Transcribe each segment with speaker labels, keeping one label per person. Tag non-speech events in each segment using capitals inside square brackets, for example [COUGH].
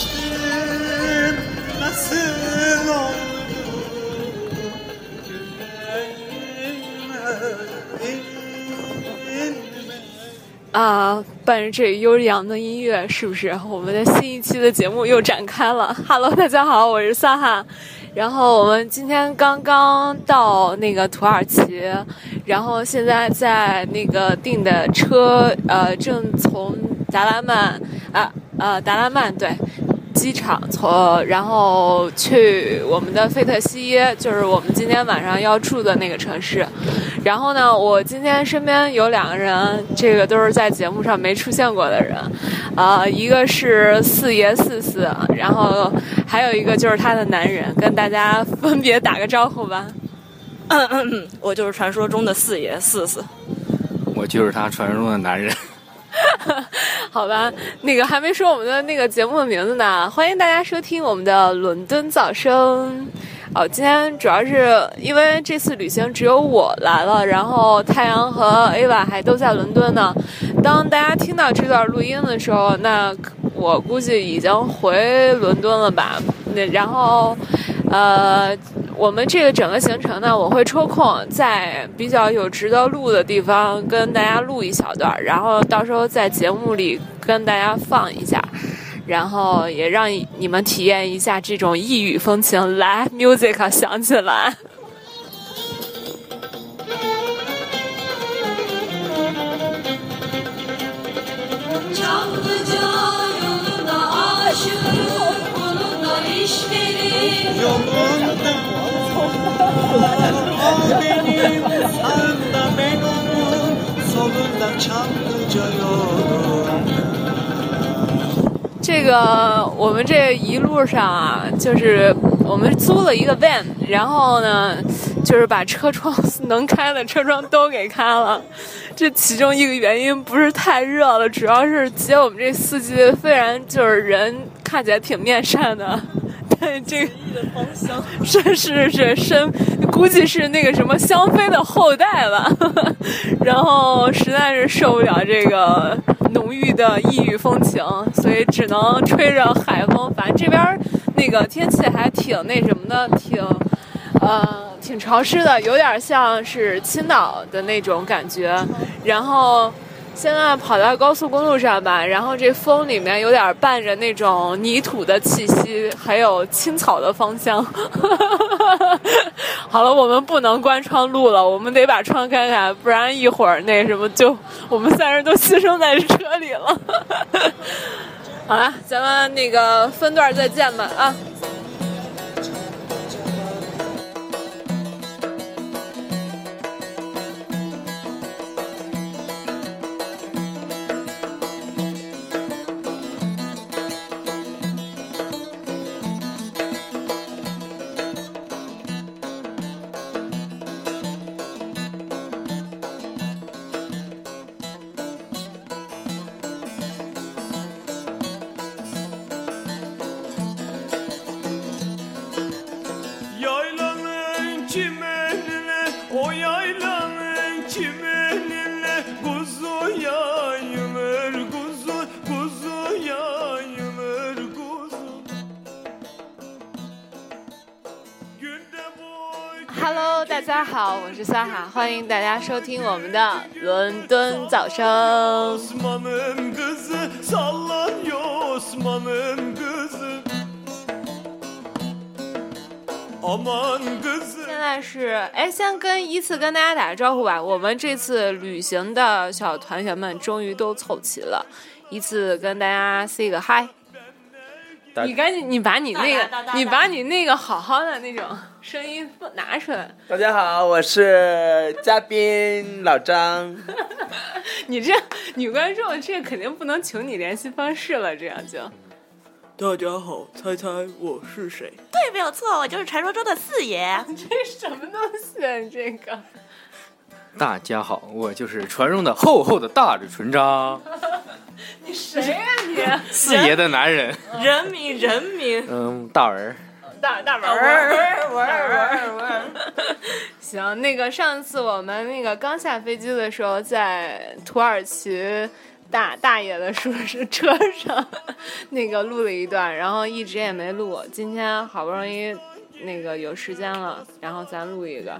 Speaker 1: Şaşkın nasıl oldu
Speaker 2: 啊，伴着这悠扬的音乐，是不是我们的新一期的节目又展开了？Hello，大 [LAUGHS] 家好，我是萨哈。然后我们今天刚刚到那个土耳其，然后现在在那个订的车，呃，正从达拉曼啊呃达拉曼对机场从然后去我们的费特西耶，就是我们今天晚上要住的那个城市。然后呢，我今天身边有两个人，这个都是在节目上没出现过的人，呃，一个是四爷四四，然后还有一个就是他的男人，跟大家分别打个招呼吧。
Speaker 3: 嗯我就是传说中的四爷四四。
Speaker 4: 我就是他传说中的男人。
Speaker 2: [LAUGHS] 好吧，那个还没说我们的那个节目的名字呢，欢迎大家收听我们的伦敦噪声。哦，今天主要是因为这次旅行只有我来了，然后太阳和 Ava 还都在伦敦呢。当大家听到这段录音的时候，那我估计已经回伦敦了吧？那然后，呃，我们这个整个行程呢，我会抽空在比较有值得录的地方跟大家录一小段儿，然后到时候在节目里跟大家放一下，然后也让你们体验一下这种异域风情。来，music 响起来。
Speaker 5: Çamlıca yoluna aşığım Bununla işlerim
Speaker 1: yolunda O benim sağımda ben onun Solunda Çamlıca yolu
Speaker 2: 这个我们这一路上啊，就是我们租了一个 van，然后呢，就是把车窗能开的车窗都给开了。这其中一个原因不是太热了，主要是姐我们这司机虽然就是人看起来挺面善的，但这个是是是身，估计是那个什么香妃的后代吧。 [LAUGHS] 然后实在是受不了这个浓郁的异域风情，所以只能吹着海风。反正这边儿那个天气还挺那什么的，挺呃挺潮湿的，有点像是青岛的那种感觉。然后。现在跑到高速公路上吧，然后这风里面有点伴着那种泥土的气息，还有青草的芳香。 [LAUGHS] 好了，我们不能关窗录了，我们得把窗开开，不然一会儿那什么就我们三人都牺牲在这车里了。 [LAUGHS] 好了，咱们那个分段再见吧啊！
Speaker 6: Yaylanın çimenine, o yaylanın çimenine Kuzu yayılır, kuzu, kuzu yayılır, kuzu Günde boy
Speaker 2: Hello，大家好，我是萨哈，欢迎大家收听我们的伦敦早声。
Speaker 6: Osman'ın kızı, sallanıyor Osman'ın kızı Aman kızı
Speaker 2: 现在是哎，先跟依次跟大家打个招呼吧。我们这次旅行的小团员们终于都凑齐了，依次跟大家 say 个 hi。
Speaker 4: 大
Speaker 2: 你赶紧，你把你那
Speaker 3: 大大
Speaker 2: 个，
Speaker 3: 大
Speaker 2: 你把你那个好好的那种声音拿出来。
Speaker 7: 大家好，我是嘉宾老张。
Speaker 2: 你这女观众这肯定不能求你联系方式了，这样就。 [LAUGHS]
Speaker 3: 大家好，猜猜我是谁？
Speaker 8: 对，没有错，我就是传说中的四
Speaker 3: [LAUGHS]
Speaker 8: 爷。
Speaker 2: 这什么东西啊？这个
Speaker 4: 大家好，我就是传说中的厚厚的大嘴唇章，
Speaker 2: 你谁呀、
Speaker 4: 四爷的男人。
Speaker 3: 人民，人民， [LAUGHS]
Speaker 4: 嗯，大儿，
Speaker 2: 你？大大啊文儿，文儿，文儿，文 [LAUGHS] 儿。行，那个上次我们那个刚下飞机的时候，在土耳其大大爷的说是车上，那个录了一段，然后一直也没录。今天好不容易那个有时间了，然后咱录一个。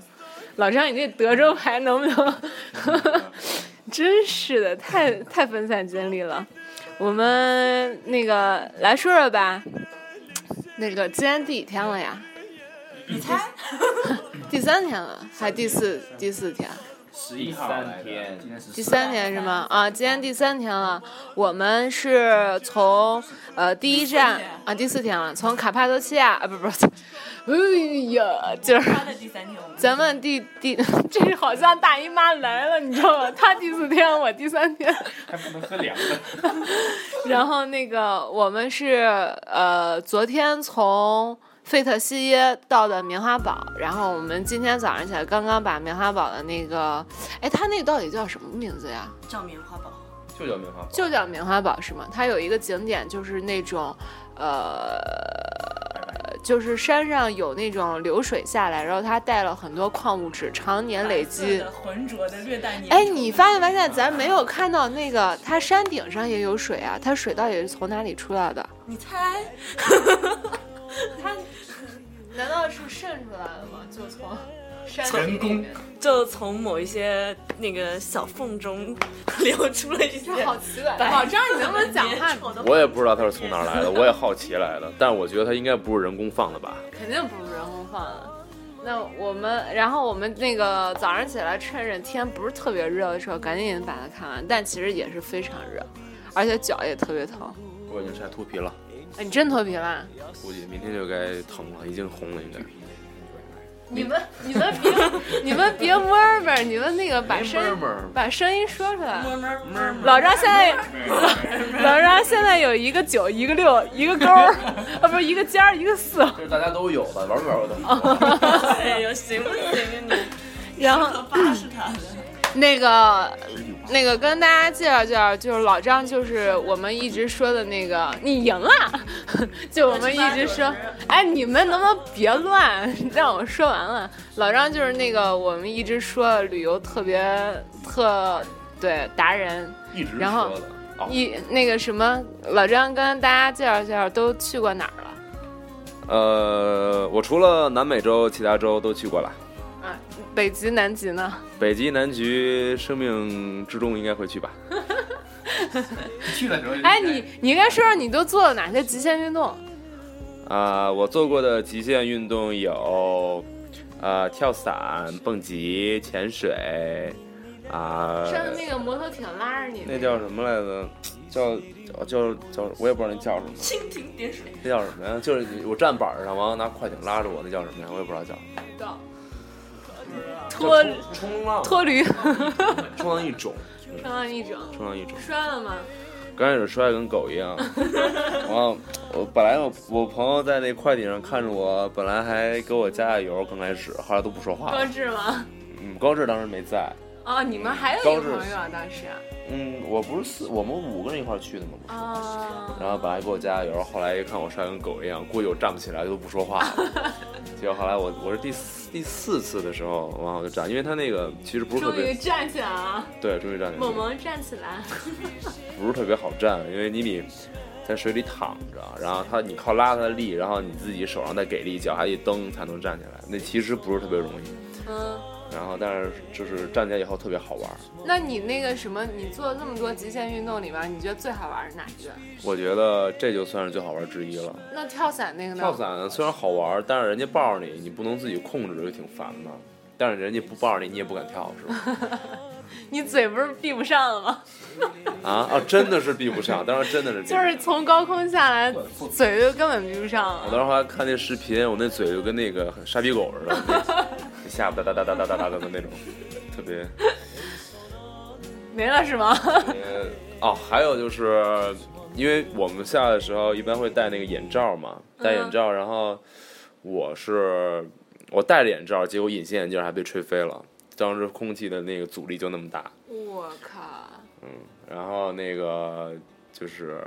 Speaker 2: 老张，你这德州牌能不能？真是的，太太分散精力了。我们那个来说说吧，那个今天第几天了呀？你猜？ [LAUGHS] 第三天了，还第四第四天？
Speaker 4: 十一号
Speaker 7: 三天
Speaker 4: 今天是
Speaker 2: 第三天是吗？啊，今天第三天了。我们是从呃第一站啊第四天了，从卡帕多奇亚啊不不，哎呀，就是
Speaker 8: 他的第三天，我们
Speaker 2: 咱们第第 [LAUGHS] 这是好像大姨妈来了，你知道吗？她第四天，我第三天。
Speaker 4: 还不能喝凉的。
Speaker 2: [LAUGHS] 然后那个我们是呃昨天从费特西耶到的棉花堡，然后我们今天早上起来刚刚把棉花堡的那个，哎，它那个到底叫什么名字呀？
Speaker 8: 叫棉花堡。
Speaker 7: 就叫棉花堡，
Speaker 2: 就叫棉花堡是吗？它有一个景点就是那种，呃，就是山上有那种流水下来，然后它带了很多矿物质，常年累积。
Speaker 8: 浑浊的略带黏
Speaker 2: 哎，你发现没发现咱没有看到那个它山顶上也有水啊？它水到底是从哪里出来的？
Speaker 8: 你猜？
Speaker 2: 它难道是渗出来的吗？就从山
Speaker 4: 成
Speaker 2: 底里
Speaker 4: 功
Speaker 2: 面，
Speaker 3: 就从某一些那个小缝中 [LAUGHS] 流出了一些
Speaker 2: 就。好奇怪。
Speaker 3: 白
Speaker 2: 老张，你能不能讲话？
Speaker 9: 我也不知道它是从哪儿来的，我也好奇来的，但是我觉得它应该不是人工放的吧？
Speaker 2: 肯定不是人工放的。那我们，然后我们那个早上起来，趁着天不是特别热的时候，赶紧把它看完。但其实也是非常热，而且脚也特别疼。
Speaker 9: 我已经晒秃皮了，
Speaker 2: 哎，你真脱皮啦？
Speaker 9: 估计明天就该疼了，已经红了应该。
Speaker 2: 你们，你们 [LAUGHS] 别，你们别摸摸，你们那个把声音，把声音说出来。老张现在，老老张现在有一个九，一个六，一个勾儿，啊，不是一个尖儿，一个四。
Speaker 7: 这是大家都有的，玩不玩我都
Speaker 2: 哦
Speaker 7: 不知道。
Speaker 3: 哎呦，行不行？你
Speaker 2: 然后
Speaker 8: 爸是他的。
Speaker 2: [LAUGHS] 那个那个跟大家介绍介绍，就是老张，就是我们一直说的那个，你赢了， [LAUGHS] 就我们一直说，哎，你们能不能别乱， [LAUGHS] 让我说完了。老张就是那个我们一直说的旅游特别特对达人，
Speaker 7: 一直
Speaker 2: 然后
Speaker 7: 说的，哦
Speaker 2: 一那个什么，老张跟大家介绍介绍都去过哪儿了？
Speaker 9: 呃，我除了南美洲，其他洲都去过了。
Speaker 2: 啊，北极、南极呢？
Speaker 9: 北极、南极，生命之中应该会去吧？
Speaker 4: 去的时候就应该，
Speaker 2: 哎，你你应该说说你都做了哪些极限运动？
Speaker 9: 啊、我做过的极限运动有，呃，跳伞、蹦极、潜水，啊、
Speaker 2: 上次那个摩托艇拉着你
Speaker 9: 那叫什么来着？叫叫叫叫，我也不知道那叫什么。蜻蜓点水。那叫什么呀？就是你我站板儿上，完了拿快艇拉着我，那叫什么呀？我也不知道叫什么。
Speaker 2: 脱
Speaker 9: 冲冲
Speaker 2: [LAUGHS]
Speaker 9: 浪，
Speaker 2: 脱驴，
Speaker 9: 冲浪一种，
Speaker 2: 穿上一整，
Speaker 9: 冲浪一种。
Speaker 2: 摔了吗？
Speaker 9: 刚开始摔得跟狗一样，然后我本来我我朋友在那快艇上看着我，本来还给我加加油，刚开始，后来都不说话
Speaker 2: 高
Speaker 9: 了。
Speaker 2: 智吗？
Speaker 9: 嗯，高志当时没在。
Speaker 2: 哦，你们还有一
Speaker 9: 高
Speaker 2: 个
Speaker 9: 智
Speaker 2: 朋友啊，当时
Speaker 9: 嗯，我不是四，我们五个人一块儿去的吗？
Speaker 2: 啊，
Speaker 9: 然后本来给我加油，后来一看我摔跟狗一样，估计我站不起来就不说话了。结果后来我我是第四第四次的时候，完我就站，因为他那个其实不是特
Speaker 2: 终于
Speaker 9: 别
Speaker 2: 站起来了，
Speaker 9: 对，终于站起来
Speaker 2: 萌
Speaker 9: 了，
Speaker 2: 萌站起来，
Speaker 9: 不是特别好站，因为你得在水里躺着，然后他你靠拉他的力，然后你自己手上再给力，脚下一蹬才能站起来，那其实不是特别容易。
Speaker 2: 嗯，
Speaker 9: 然后但是就是站起来以后特别好玩，
Speaker 2: 那你那个什么，你做了这么多极限运动里边，你觉得最好玩是哪一个？
Speaker 9: 我觉得这就算是最好玩之一了。
Speaker 2: 那跳伞那个呢？
Speaker 9: 跳伞虽然好玩，但是人家抱着你，你不能自己控制，就挺烦的。但是人家不抱着你，你也不敢跳，是吧？ [LAUGHS]
Speaker 2: 你嘴不是闭不上了吗？
Speaker 9: 啊啊，真的是比不上，当时真的是比不
Speaker 2: 就
Speaker 9: 上。
Speaker 2: 是从高空下来，嘴就根本闭不上
Speaker 9: 我
Speaker 2: 了。
Speaker 9: 当时还看那视频，我那嘴就跟那个沙皮狗似的，那下巴哒哒哒哒哒哒哒的那种，特别。
Speaker 2: 没了是吗？
Speaker 9: 呃哦，还有就是因为我们下的时候一般会戴那个眼罩嘛，戴
Speaker 2: 嗯
Speaker 9: 眼罩，然后我是我戴着眼罩，结果隐形眼镜还被吹飞了，当时空气的那个阻力就那么大，
Speaker 2: 我靠！
Speaker 9: 然后那个就是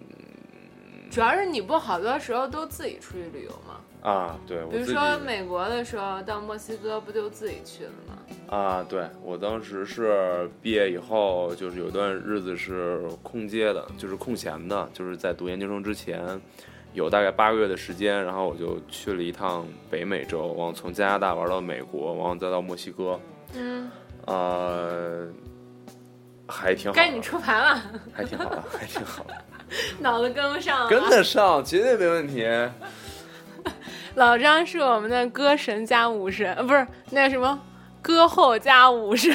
Speaker 9: 嗯
Speaker 2: 主要是你不好多时候都自己出去旅游吗？
Speaker 9: 啊，对我
Speaker 2: 比如
Speaker 9: 自己
Speaker 2: 说美国的时候，到墨西哥不就自己去了吗？
Speaker 9: 啊，对我当时是毕业以后，就是有段日子是空接的，就是空闲的，就是在读研究生之前，有大概八个月的时间，然后我就去了一趟北美洲，然后从加拿大玩到美国，然后再到墨西哥，
Speaker 2: 嗯，
Speaker 9: 呃，还挺好
Speaker 2: 该你
Speaker 9: 的，
Speaker 2: 出牌了，
Speaker 9: 还挺好
Speaker 2: [LAUGHS]
Speaker 9: 的，还挺好的，
Speaker 2: 脑子跟不上
Speaker 9: 跟
Speaker 2: 了。
Speaker 9: 得上，绝对没问题。
Speaker 2: 老张是我们的歌神加武神，呃不是那什么歌后加武神。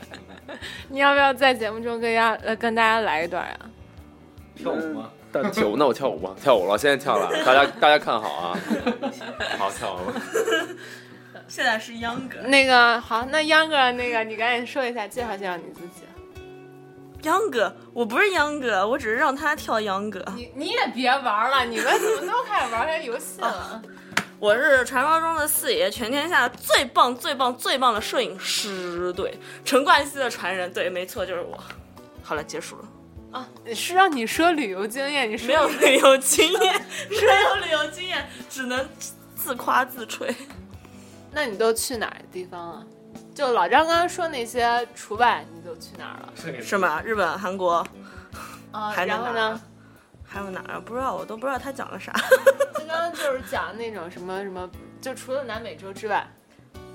Speaker 2: [LAUGHS] 你要不要在节目中跟大家呃跟大家来一段呀、啊
Speaker 4: 跳舞
Speaker 7: 嗯
Speaker 4: 吗？
Speaker 9: 但跳舞，那我跳舞吧，跳舞了，现在跳了，大家大家看好 [LAUGHS] 啊，好跳舞。
Speaker 8: 现在是秧歌，
Speaker 2: 那个好，那秧歌那个你赶紧说一下，介绍介绍你自己。
Speaker 3: 秧歌，我不是秧歌，我只是让他跳秧歌。
Speaker 2: 你你也别玩了，你们怎么都开始玩这游戏了？
Speaker 3: 我是传说中的四爷，全天下最棒、最棒、最棒的摄影师，对，陈冠希的传人，对，没错，就是我。好了，结束了，
Speaker 2: 啊，是让你说旅游经验，你说
Speaker 3: 没有旅游经验，没有旅游经验，只能自夸自 [LAUGHS] 吹。
Speaker 2: 那你都去哪儿的地方了？就老张刚刚说那些除外，你都去哪儿了？
Speaker 3: 是吗？日本、韩国
Speaker 2: 啊
Speaker 3: 还能
Speaker 2: 然后
Speaker 3: 哪儿
Speaker 2: 呢
Speaker 3: 啊？还有哪儿啊？不知道，我都不知道他讲了啥。
Speaker 2: 刚刚就是讲那种什么什么，就除了南美洲之外，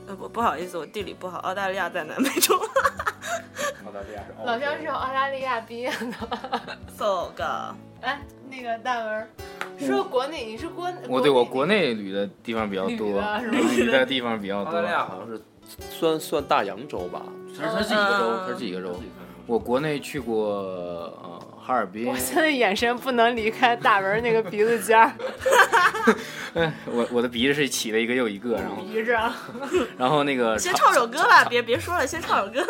Speaker 3: 呃，不不好意思，我地理不好，澳大利亚在南美 [LAUGHS] 洲。
Speaker 9: 澳大利亚是
Speaker 4: 哦
Speaker 2: 老张是澳大利亚毕业的。 [LAUGHS]
Speaker 3: so 个
Speaker 2: 哎，那个大文儿，说国内，你是国
Speaker 4: 我对我国内旅的地方比较
Speaker 2: [LAUGHS] 旅
Speaker 4: 多
Speaker 2: 的是，吗
Speaker 4: [LAUGHS] 旅的地方比较
Speaker 9: 澳大利亚
Speaker 4: 多。
Speaker 9: 好像是算算大洋洲吧，
Speaker 4: 它它是一个州，它是一个州。我国内去过呃哈尔滨
Speaker 2: 我，现在眼神不能离开大文儿那个鼻子尖儿，
Speaker 4: 我我的鼻子是起了一个又一个，然后
Speaker 2: 鼻子啊，
Speaker 4: 然后那个
Speaker 3: 先
Speaker 4: 长
Speaker 3: 唱首歌吧，别别说了，先唱首歌。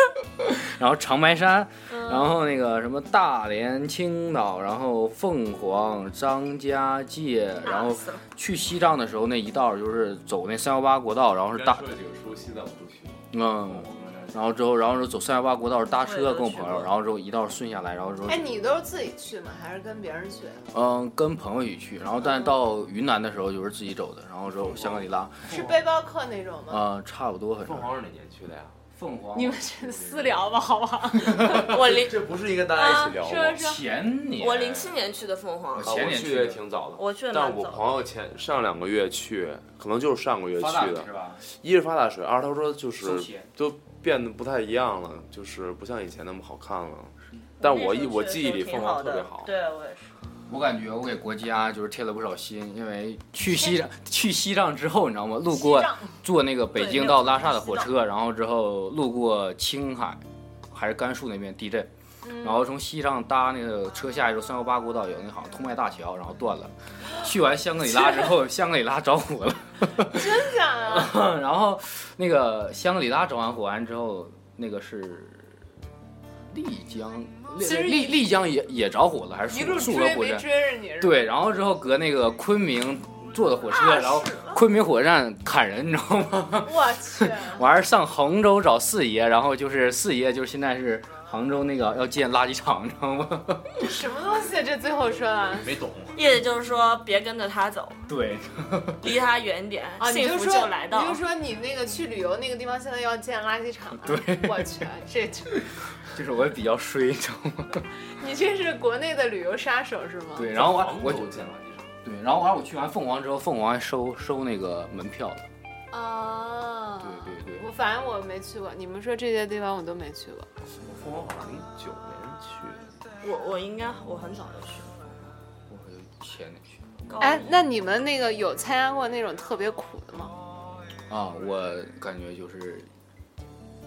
Speaker 4: 然后长白山，然后那个什么大连、青岛，然后凤凰、张家界，然后
Speaker 3: 死了
Speaker 4: 去西藏的时候那一道就是走那三幺八国道，然后是搭
Speaker 9: 说这个书西藏不去，
Speaker 4: 嗯，然后之后然后是走三幺八国道是搭车
Speaker 3: 我也
Speaker 4: 跟我
Speaker 3: 都去
Speaker 4: 朋友，
Speaker 3: 过
Speaker 4: 然后之后一道顺下来，然后之后
Speaker 2: 哎，你都是自己去吗？还是跟别人去？
Speaker 4: 嗯跟朋友一起去，然后但是到云南的时候就是自己走的，然后之后香格里拉，
Speaker 2: 是背包客那种吗？
Speaker 4: 啊差不多反正。
Speaker 9: 是哪年去的呀？
Speaker 4: 凤凰
Speaker 2: 你们去私聊吧，好不
Speaker 4: [LAUGHS]
Speaker 2: 好？
Speaker 3: 我零
Speaker 9: 哎这不是应该大家一起聊
Speaker 3: 啊
Speaker 9: 吗？
Speaker 2: 说说，
Speaker 4: 前年
Speaker 3: 我零七年去的凤凰
Speaker 4: 我，
Speaker 9: 啊
Speaker 4: 前
Speaker 9: 我
Speaker 4: 年
Speaker 9: 去
Speaker 4: 去
Speaker 9: 的也
Speaker 4: 的
Speaker 9: 挺早的，
Speaker 3: 我去的
Speaker 9: 但
Speaker 3: 蛮
Speaker 9: 是我
Speaker 3: 早的
Speaker 9: 朋友前上两个月去，可能就是上个月
Speaker 4: 发大
Speaker 9: 去
Speaker 4: 的
Speaker 9: 的
Speaker 4: 是。吧？
Speaker 9: 一是发大水，二他说就
Speaker 4: 收
Speaker 9: 是
Speaker 4: 钱
Speaker 9: 都变得不太一样了，就是不像以前那么好看了。但我一我记忆里凤凰特别好，
Speaker 3: 对我也是。
Speaker 4: 我感觉我给国家就是贴了不少心，因为去西藏去西藏之后，你知道吗？路过
Speaker 2: 西藏
Speaker 4: 坐那个北京到拉萨的火车，然后之后路过青海还是甘肃那边地震，
Speaker 2: 嗯
Speaker 4: 然后从西藏搭那个车下来之后，三幺八国道有那个好像通麦大桥，然后断了。去完香格里拉之后，香格里拉着火了，
Speaker 2: [LAUGHS] 真假的？
Speaker 4: [LAUGHS] 然后那个香格里拉着完火完之后，那个是丽江，丽
Speaker 2: 其实
Speaker 4: 丽丽江也也着火了，还是
Speaker 2: 一
Speaker 4: 树
Speaker 2: 路
Speaker 4: 树河
Speaker 2: 追
Speaker 4: 火
Speaker 2: 没
Speaker 4: 山？
Speaker 2: 追着你是吧？
Speaker 4: 对，然后之后搁那个昆明坐的火
Speaker 2: 啊
Speaker 4: 车，然后昆明火车站砍人，你知道吗？ [LAUGHS]
Speaker 2: 我去，
Speaker 4: 完事儿上杭州找四爷，然后就是四爷就是现在是杭州那个要建垃圾场，你知道吗？ [LAUGHS]
Speaker 2: 什么东西？这最后说啊的
Speaker 4: 没懂。
Speaker 3: 意思就是说，别跟着他走，
Speaker 4: 对，
Speaker 3: 离他远点，
Speaker 2: 啊，你
Speaker 3: 幸
Speaker 2: 就
Speaker 3: 福
Speaker 2: 说
Speaker 3: 来到
Speaker 2: 你。就说你那个去旅游那个地方现在要建垃圾场了。啊 [LAUGHS] 我去，这就
Speaker 4: 就是我比较衰，你知道吗？
Speaker 2: 你这是国内的旅游杀手是吗？
Speaker 4: 对，然后完我
Speaker 9: 就见了你。
Speaker 4: 对，然后完我去完凤凰之后，凤凰还收收那个门票了。
Speaker 2: 啊，
Speaker 4: 对对对
Speaker 2: 我反正我没去过，你们说这些地方我都没去过。
Speaker 9: 我凤凰好像零九年去的，
Speaker 3: 我我应该我很早就去了。
Speaker 4: 我前年去
Speaker 3: 高
Speaker 2: 哎
Speaker 3: 一，
Speaker 2: 那你们那个有参加过那种特别苦的吗？
Speaker 4: 啊，我感觉就是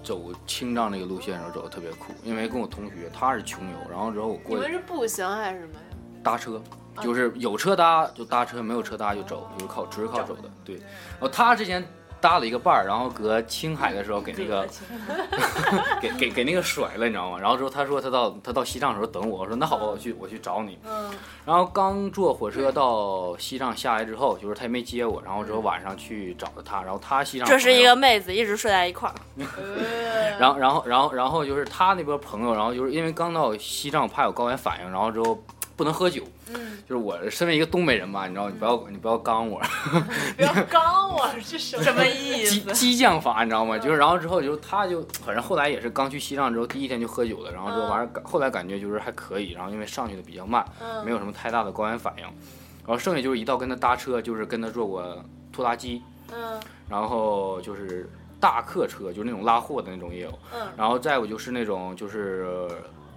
Speaker 4: 走青藏那个路线的时候走的特别苦，因为跟我同学他是穷游，然后之后我
Speaker 2: 你
Speaker 4: 过去
Speaker 2: 们是步行还是什么呀？
Speaker 4: 搭车，哦就是有车搭就搭车，没有车搭就走，就是靠只是靠走的。对，然后他之前搭了一个伴儿，然后搁青海的时候给那个 [LAUGHS] 给给给那个甩了，你知道吗？然后之后他说他到他到西藏的时候等我，我说那好吧，我去我去找你。
Speaker 8: 嗯，
Speaker 4: 然后刚坐火车到西藏下来之后，就是他也没接我，然后之后晚上去找的他，然后他西藏
Speaker 3: 这是一个
Speaker 4: 朋友，
Speaker 3: 妹子一直睡在一块儿，
Speaker 4: 然后然后然后然后就是他那边朋友，然后就是因为刚到西藏怕有高原反应，然后之后不能喝酒，
Speaker 8: 嗯，
Speaker 4: 就是我身为一个东北人嘛，你知道你不要你不要刚我，
Speaker 2: 不要刚我是什么？
Speaker 3: 啊什么意
Speaker 4: 激
Speaker 3: 思？
Speaker 4: 激将法，你知道吗？就是然后之后就是他就反正后来也是刚去西藏之后第一天就喝酒了，然后之后完事儿后来感觉就是还可以，然后因为上去的比较慢，没有什么太大的高原反应，然后剩下就是一到跟他搭车，就是跟他坐过拖拉机，
Speaker 2: 嗯
Speaker 4: 然后就是大客车，就是那种拉货的那种也有，
Speaker 2: 嗯
Speaker 4: 然后再有就是那种就是。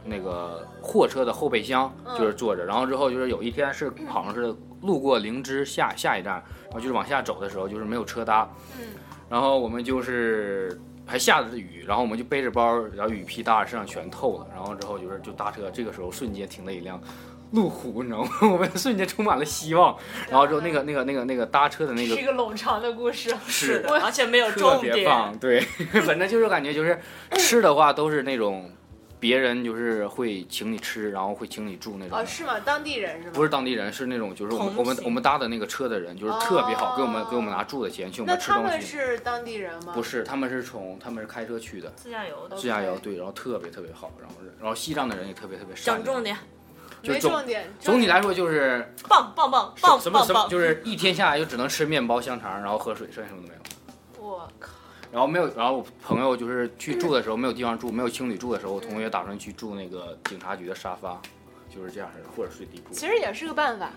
Speaker 4: 那个货车的后备箱
Speaker 2: 嗯
Speaker 4: 就是坐着，然后之后就是有一天是好像是路过灵芝下下一站，然后就是往下走的时候就是没有车搭，
Speaker 2: 嗯，
Speaker 4: 然后我们就是还下着雨，然后我们就背着包，然后雨披搭着，身上全透了。然后之后就是就搭车，这个时候瞬间停了一辆路虎，你知道吗？ [LAUGHS] 我们瞬间充满了希望。然后之后那个那个那个那个搭车的那
Speaker 2: 是
Speaker 4: 个
Speaker 2: 一个冗长的故事。
Speaker 4: 是
Speaker 3: 的，而且没有
Speaker 4: 特
Speaker 3: 重
Speaker 4: 别
Speaker 3: 点。
Speaker 4: 棒，对， [LAUGHS] 反正就是感觉就是吃的话都是那种别人就是会请你吃，然后会请你住那种
Speaker 2: [LAUGHS] 哦，。是吗？当地人是吗？
Speaker 4: 不是当地人，是那种就是我们
Speaker 3: 同
Speaker 4: 我们
Speaker 3: 行
Speaker 4: 我们搭的那个车的人，就是特别好，
Speaker 2: 哦
Speaker 4: 给我们给我们拿住的钱，请我
Speaker 2: 那
Speaker 4: 们吃
Speaker 2: 他
Speaker 4: 东
Speaker 2: 们
Speaker 4: 西。
Speaker 2: 是当地人吗？
Speaker 4: 不是，他们是从他们是开车去的，
Speaker 3: 自驾游的，
Speaker 4: 自驾游
Speaker 2: OK
Speaker 4: 对，然后特别特别好，然后然后西藏的人也特别特别善
Speaker 3: 讲
Speaker 4: 良。
Speaker 3: 重点，
Speaker 4: 就是
Speaker 2: 没
Speaker 4: 总
Speaker 2: 重点。
Speaker 4: 总体来说就是
Speaker 3: 棒棒棒棒
Speaker 4: 什么
Speaker 3: 棒
Speaker 4: 什么
Speaker 3: 棒！
Speaker 4: 就是一天下来就只能吃面包、香肠，然后喝水，剩下什么都没有。
Speaker 2: 我靠，
Speaker 4: 然后没有，然后我朋友就是去住的时候没有地方住，没有情侣住的时候，我同学打算去住那个警察局的沙发，就是这样式的，或者睡地铺。
Speaker 2: 其实也是个办法，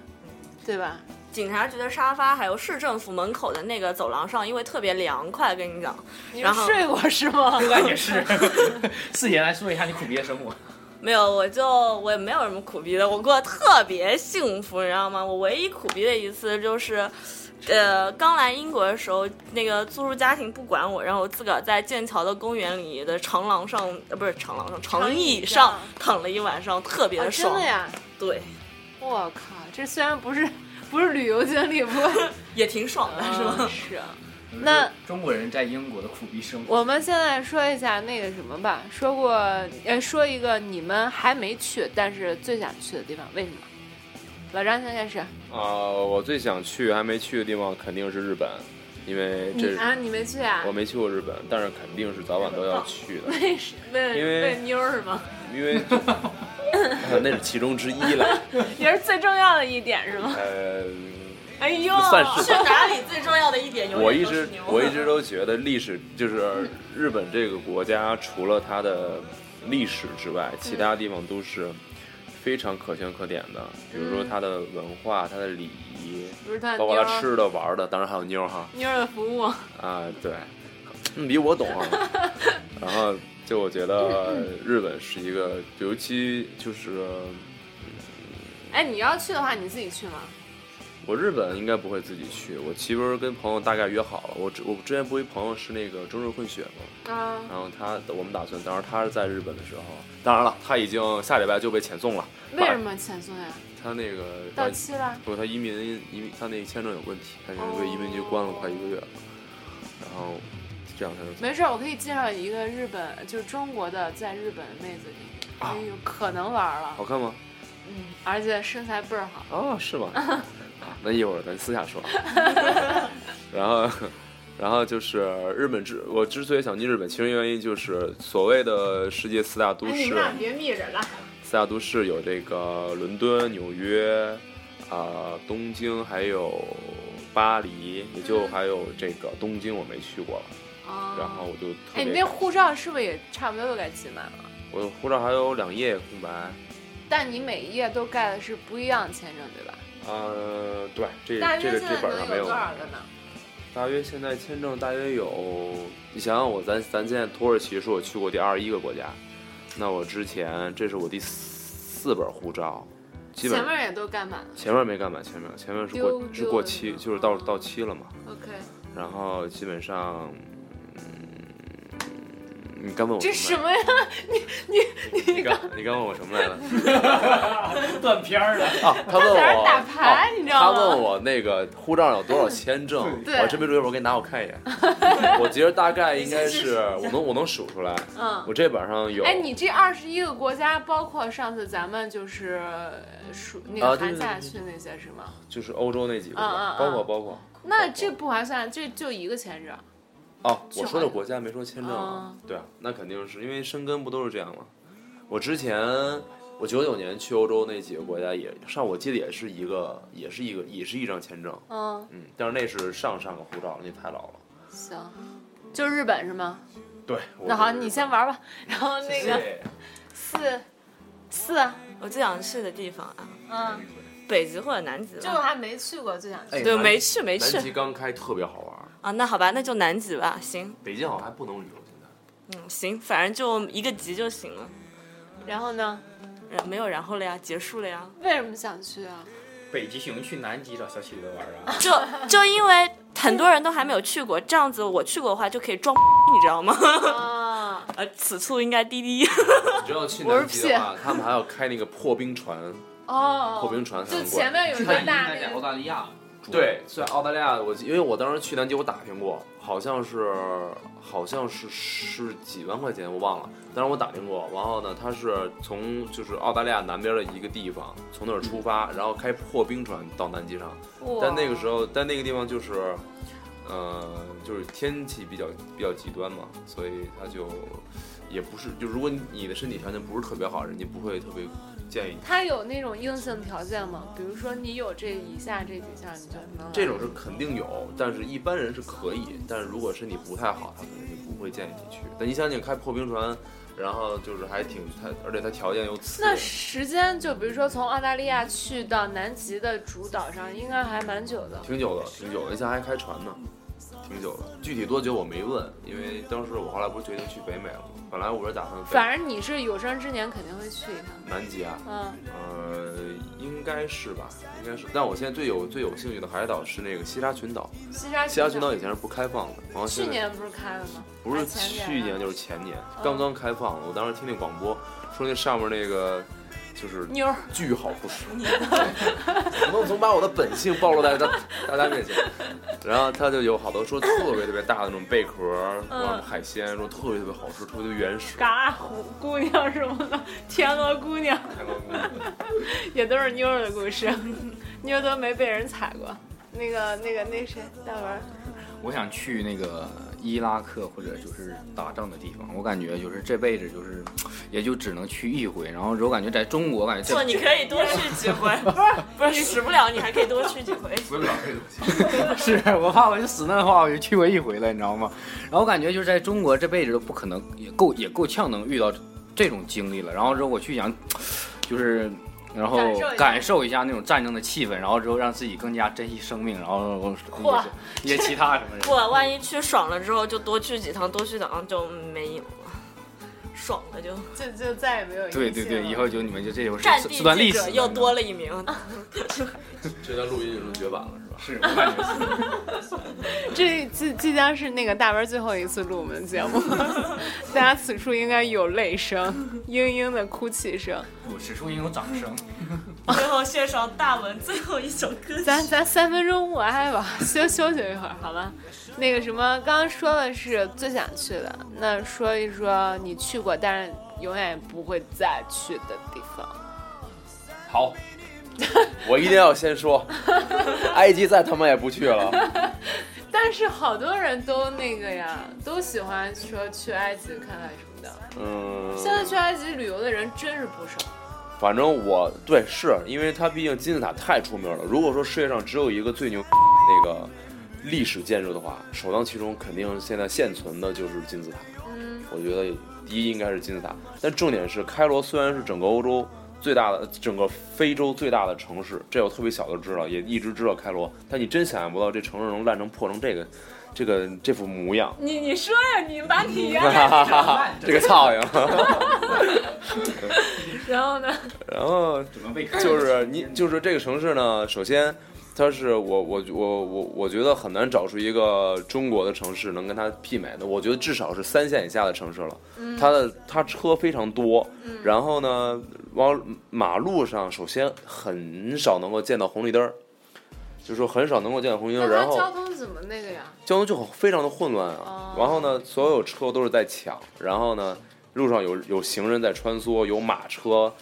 Speaker 2: 对吧？
Speaker 3: 警察局的沙发，还有市政府门口的那个走廊上，因为特别凉快，跟你讲，
Speaker 2: 你
Speaker 3: 然
Speaker 2: 们
Speaker 3: 后
Speaker 2: 睡过是吗？
Speaker 4: 那也是， [LAUGHS] 四姐来说一下你苦逼的生活。
Speaker 3: 没有，我就我也没有什么苦逼的，我过得特别幸福，你知道吗？我唯一苦逼的一次就是，呃，刚来英国的时候，那个住宿家庭不管我，然后我自个儿在剑桥的公园里的长廊上，呃，不是长廊上，长椅上
Speaker 2: 长椅
Speaker 3: 躺了一晚上，特别
Speaker 2: 啊，真
Speaker 3: 爽。
Speaker 2: 的呀！
Speaker 3: 对，
Speaker 2: 我靠，这虽然不是不是旅游经历，不 [LAUGHS] 过
Speaker 3: 也挺爽的，是
Speaker 2: 嗯
Speaker 3: [LAUGHS] 吧？
Speaker 2: 是啊。那
Speaker 4: 中国人在英国的苦逼生活，
Speaker 2: 我们现在说一下那个什么吧，说过，呃，说一个你们还没去，但是最想去的地方，为什么？老张先开始。
Speaker 9: 啊，我最想去还没去的地方肯定是日本，因为这
Speaker 2: 啊，哦你没去啊 [LAUGHS]
Speaker 9: 我？没去过日本，但是肯定是早晚都要去的，
Speaker 2: 为什为
Speaker 9: 因为
Speaker 2: 为妞儿是吗？
Speaker 9: 因为
Speaker 2: [LAUGHS]
Speaker 9: 那是其中之一了。
Speaker 2: 也是最重要的一点是吗？
Speaker 9: [LAUGHS] 呃，
Speaker 2: 哎呦，
Speaker 9: 算是
Speaker 3: 是哪里最重要的一点？永远
Speaker 9: 我一
Speaker 3: 都是
Speaker 9: 直
Speaker 3: 牛
Speaker 9: 我
Speaker 2: 啊
Speaker 9: 一直都觉得历史就是日本这个国家，除了它的历史之外，其
Speaker 2: 嗯
Speaker 9: 他地方都是非常可圈可点的。比如说它的文化、它的礼仪，
Speaker 2: 不是他
Speaker 9: 包
Speaker 2: 嗯妞
Speaker 9: 括它
Speaker 2: 儿
Speaker 9: 吃的、玩的，当然还有妞儿哈
Speaker 2: 妞儿的服务，
Speaker 9: 啊，对，你比我懂啊。然后就我觉得日本是一个，尤其就是
Speaker 2: 哎，你要去的话，你自己去吗？
Speaker 9: 我日本应该不会自己去，我其实跟朋友大概约好了。我之我之前不是一朋友是那个中日混血吗？
Speaker 2: 啊，
Speaker 9: 然后他，我们打算当时他是在日本的时候，当然了，他已经下礼拜就被遣送了。
Speaker 2: 为什？么遣送呀？
Speaker 9: 他那个
Speaker 2: 到期了。
Speaker 9: 不，他移民移民，他那个签证有问题，他现在被移民局关了快一个月了。然后这样他就
Speaker 2: 没事儿，我可以介绍一个日本，就是中国的，在日本的妹子给你，
Speaker 9: 啊
Speaker 2: 哎呦，可能玩儿
Speaker 9: 好
Speaker 2: 了，
Speaker 9: 看吗？
Speaker 2: 嗯，而且身材倍儿好。
Speaker 9: 哦，
Speaker 2: [LAUGHS]
Speaker 9: 是吗？啊，那一会儿咱私下说。然后，然后就是日本之，我之所以想去日本，其实原因就是所谓的世界四大
Speaker 2: 哎
Speaker 9: 都市。
Speaker 2: 别密着了。
Speaker 9: 四大都市有这个伦敦、纽约，啊、东京，还有巴黎，也就
Speaker 2: 嗯
Speaker 9: 还有这个东京我没去过了。
Speaker 2: 啊。
Speaker 9: 然后我就
Speaker 2: 哎，
Speaker 9: 特
Speaker 2: 你
Speaker 9: 别
Speaker 2: 那，护照是不是也差不多都该期满了？
Speaker 9: 我的护照还有两页空白。
Speaker 2: 但你每一页都盖的是不一样的签证，对吧？
Speaker 9: 呃，对，这
Speaker 2: 大
Speaker 9: 这
Speaker 2: 约
Speaker 9: 个
Speaker 2: 现在
Speaker 9: 这本上
Speaker 2: 能
Speaker 9: 没
Speaker 2: 有
Speaker 9: 有
Speaker 2: 多。少个呢？
Speaker 9: 大约现在签证大约有，你想想我，咱咱现在土耳其是我去过第二十一个国家，那我之前这是我第四本护照，基本
Speaker 2: 前面也都盖满了。
Speaker 9: 前面没干满，前面前面是
Speaker 2: 丢
Speaker 9: 过
Speaker 2: 丢
Speaker 9: 是过
Speaker 2: 了
Speaker 9: 期，
Speaker 2: 是吗
Speaker 9: 就是到到期了嘛。
Speaker 2: OK，
Speaker 9: 然后基本上，嗯，你刚问我
Speaker 2: 这
Speaker 9: 什
Speaker 2: 什
Speaker 9: 么
Speaker 2: 么呀？ [LAUGHS]
Speaker 9: 来着？你刚你刚问我什么来着？
Speaker 4: [LAUGHS] 断片儿了。
Speaker 9: 啊，他问
Speaker 2: 在那
Speaker 9: 我
Speaker 2: 儿打牌
Speaker 9: 哦
Speaker 2: 你知道吗
Speaker 9: 他问我那个护照上有多少签证，我
Speaker 2: 对
Speaker 9: 还真没注意，我给你拿我看一眼。我觉得大概应
Speaker 2: [LAUGHS]
Speaker 9: 该是我能我能数出来，
Speaker 2: 嗯
Speaker 9: 我这本上有。
Speaker 2: 哎，你这二十一个国家，包括上次咱们就是呃数那
Speaker 9: 啊
Speaker 2: 个
Speaker 9: 对
Speaker 2: 寒
Speaker 9: 对
Speaker 2: 假
Speaker 9: 对对
Speaker 2: 去那些是吗？
Speaker 9: 就是欧洲那几个地
Speaker 2: 嗯嗯嗯
Speaker 9: 方，包括包括。
Speaker 2: 那这不划算，这就一个签证。
Speaker 9: 哦，
Speaker 2: 去
Speaker 9: 我说的
Speaker 2: 环
Speaker 9: 国家没说签证
Speaker 2: 哦
Speaker 9: 啊，对啊，那肯定是因为申根不都是这样吗？我之前我九九年去欧洲那几个国家也上，我记得也是一个，也是一个，也是一张签证，
Speaker 2: 嗯，
Speaker 9: 嗯，但是那是上上个护照了，那太老了。
Speaker 2: 行，就日本是吗？
Speaker 9: 对，
Speaker 2: 那好，你先啊玩吧。然后那个四四，啊
Speaker 3: 我最想去的地方啊，
Speaker 2: 嗯，
Speaker 3: 北极或者南极
Speaker 2: 就
Speaker 3: 吧。
Speaker 2: 还没去过，就想
Speaker 9: 哎
Speaker 2: 去。
Speaker 3: 对，没去没
Speaker 9: 南极
Speaker 3: 去
Speaker 9: 刚开特别好玩，
Speaker 3: 啊，那好吧，那就南极吧。行，
Speaker 9: 北京好像还不能旅游，现在
Speaker 3: 嗯，行，反正就一个极就行了。
Speaker 2: 然后呢？
Speaker 3: 然没有然后了呀，结束了呀。
Speaker 2: 为什么想去啊？
Speaker 4: 北极熊去南极找小企鹅玩啊？
Speaker 3: 就就因为很多人都还没有去过，这样子我去过的话就可以装，你知道吗？ [LAUGHS]
Speaker 2: 啊，
Speaker 3: 呃，此处应该滴滴。
Speaker 9: 你知道去南极的话，他们还要开那个破冰船，
Speaker 2: 哦，
Speaker 9: 破冰船才
Speaker 2: 就
Speaker 9: 能过
Speaker 2: 前
Speaker 9: 来。
Speaker 2: 面有一个大
Speaker 4: 在
Speaker 2: 那
Speaker 4: 澳
Speaker 2: 个，
Speaker 4: 大利亚。
Speaker 9: 对，在澳大利亚，我记因为我当时去南极，我打听过，好像是好像是是几万块钱，我忘了。当时我打听过，然后呢，它是从就是澳大利亚南边的一个地方，从那儿出发，然后开破冰船到南极上。 [LAUGHS] 但那个时候，但那个地方就是，呃，就是天气比较比较极端嘛，所以它就也不是，就如果你的身体条件不是特别好，人家不会特别建议你。
Speaker 2: 它有那种硬性条件吗？比如说你有这以下这几项，你就能来
Speaker 9: 这种是肯定有，但是一般人是可以，但是如果身体不太好，他可能就不会建议你去。但你想想，开破冰船，然后就是还挺它，而且它条件又次，
Speaker 2: 那时间就比如说从澳大利亚去到南极的主岛上，应该还蛮久的。
Speaker 9: 挺久的，挺久的，你想还开船呢。挺久的，具体多久我没问，因为当时我后来不是决定去北美了吗？本来我是打算北
Speaker 2: 反正你是有生之年肯定会去一趟。
Speaker 9: 南极啊，
Speaker 2: 嗯，
Speaker 9: 呃，应该是吧，应该是。但我现在最有最有兴趣的海岛是那个西沙群岛。
Speaker 2: 西沙
Speaker 9: 西沙群
Speaker 2: 岛
Speaker 9: 岛以前是不开放的，然后现
Speaker 2: 去
Speaker 9: 在
Speaker 2: 年不是开了吗？
Speaker 9: 不是
Speaker 2: 还前年啊嗯
Speaker 9: 去年就是前年刚刚开放的。我当时听那广播说那上面那个就是
Speaker 2: 妞儿
Speaker 9: 巨好不说，怎么总把我的本性暴露在大大家面前？然后他就有好多说特别特别大的那种贝壳，然后海鲜说特别特别好吃，特别特别原始。
Speaker 2: 嗯嘎虎啊姑娘什么的，天鹅姑娘也都是妞儿的故事，妞儿都没被人踩过。那个、那个、那谁，大文儿，
Speaker 4: 我想去那个伊拉克或者就是打仗的地方，我感觉就是这辈子就是，也就只能去一回。然后我感觉在中国，我感觉
Speaker 3: 不，[LAUGHS]
Speaker 4: 这
Speaker 3: 你可以多去几 [LAUGHS] 回，不是不是使不了，你还可以多去几回。
Speaker 9: 不了这东西。
Speaker 4: [LAUGHS] 是我怕我就死那的话，我就去过一回了，你知道吗？然后我感觉就是在中国这辈子都不可能，也够也够呛能遇到这种经历了。然后之后我去想，就是然后
Speaker 2: 感受一下
Speaker 4: 感受一下那种战争的气氛，然后之后让自己更加珍惜生命，
Speaker 3: [LAUGHS]
Speaker 4: 然后
Speaker 2: 嚯
Speaker 4: 也也其他什么人
Speaker 3: 不，。万一去爽了之后，就多去几趟，多去几趟就没瘾了。爽了就
Speaker 2: 就就再也没有一
Speaker 4: 对
Speaker 2: 季
Speaker 4: 对对，
Speaker 2: 了
Speaker 4: 以后就你们就这就是
Speaker 3: 啊战
Speaker 4: 这
Speaker 3: 地
Speaker 4: 这段历
Speaker 3: 记
Speaker 4: 史
Speaker 3: 者
Speaker 4: 了
Speaker 3: 又
Speaker 4: 你知道吗
Speaker 3: 多了一名， [LAUGHS]
Speaker 9: 这段录音有种绝版了是吧？
Speaker 4: 是，我感觉是。
Speaker 2: 这即即将是那个大文最后一次录我们的节目，大家此处应该有泪声，嘤嘤的哭泣声。
Speaker 4: 我此处应有掌声。
Speaker 3: 最后献上大文最后一首歌曲。
Speaker 2: 咱咱三分钟默哀吧， [LAUGHS] 休休息一会儿，好吧？那个什么，刚刚说的是最想去的，那说一说你去过但是永远也不会再去的地方。
Speaker 9: 好，我一定要先
Speaker 2: [LAUGHS]
Speaker 9: 说，埃及再他妈也不去了。
Speaker 2: 但是好多人都那个呀，都喜欢说去埃及看看什么的。
Speaker 9: 嗯，
Speaker 2: 现在去埃及旅游的人真是不少。
Speaker 9: 反正我对是因为它毕竟金字塔太出名了。如果说世界上只有一个 [LAUGHS] 最牛那个历史建筑的话，首当其冲肯定现在现存的就是金字塔。
Speaker 2: 嗯，
Speaker 9: 我觉得第一应该是金字塔，但重点是开罗虽然是整个欧洲最大的、整个非洲最大的城市，这我特别小就知道，也一直知道开罗，但你真想象不到这城市能烂成破成这个、这个这副模样。
Speaker 2: 你你说呀，你把你 [LAUGHS] 呀，
Speaker 9: 哈哈哈，这个操样。 [LAUGHS]
Speaker 2: 然后呢？
Speaker 9: 然后
Speaker 4: 准备
Speaker 9: [LAUGHS] 就是你，就是这个城市呢，首先它是我我我我我觉得很难找出一个中国的城市能跟它媲美的，我觉得至少是三线以下的城市了。它的它车非常多，然后呢，往马路上首先很少能够见到红绿灯儿，就是说很少能够见到红绿灯儿，然后
Speaker 2: 通怎么那个呀？
Speaker 9: 交通就很非常的混乱
Speaker 2: 哦
Speaker 9: 啊。然后呢，所有车都是在抢，然后呢，路上有有行人在穿梭，有马车，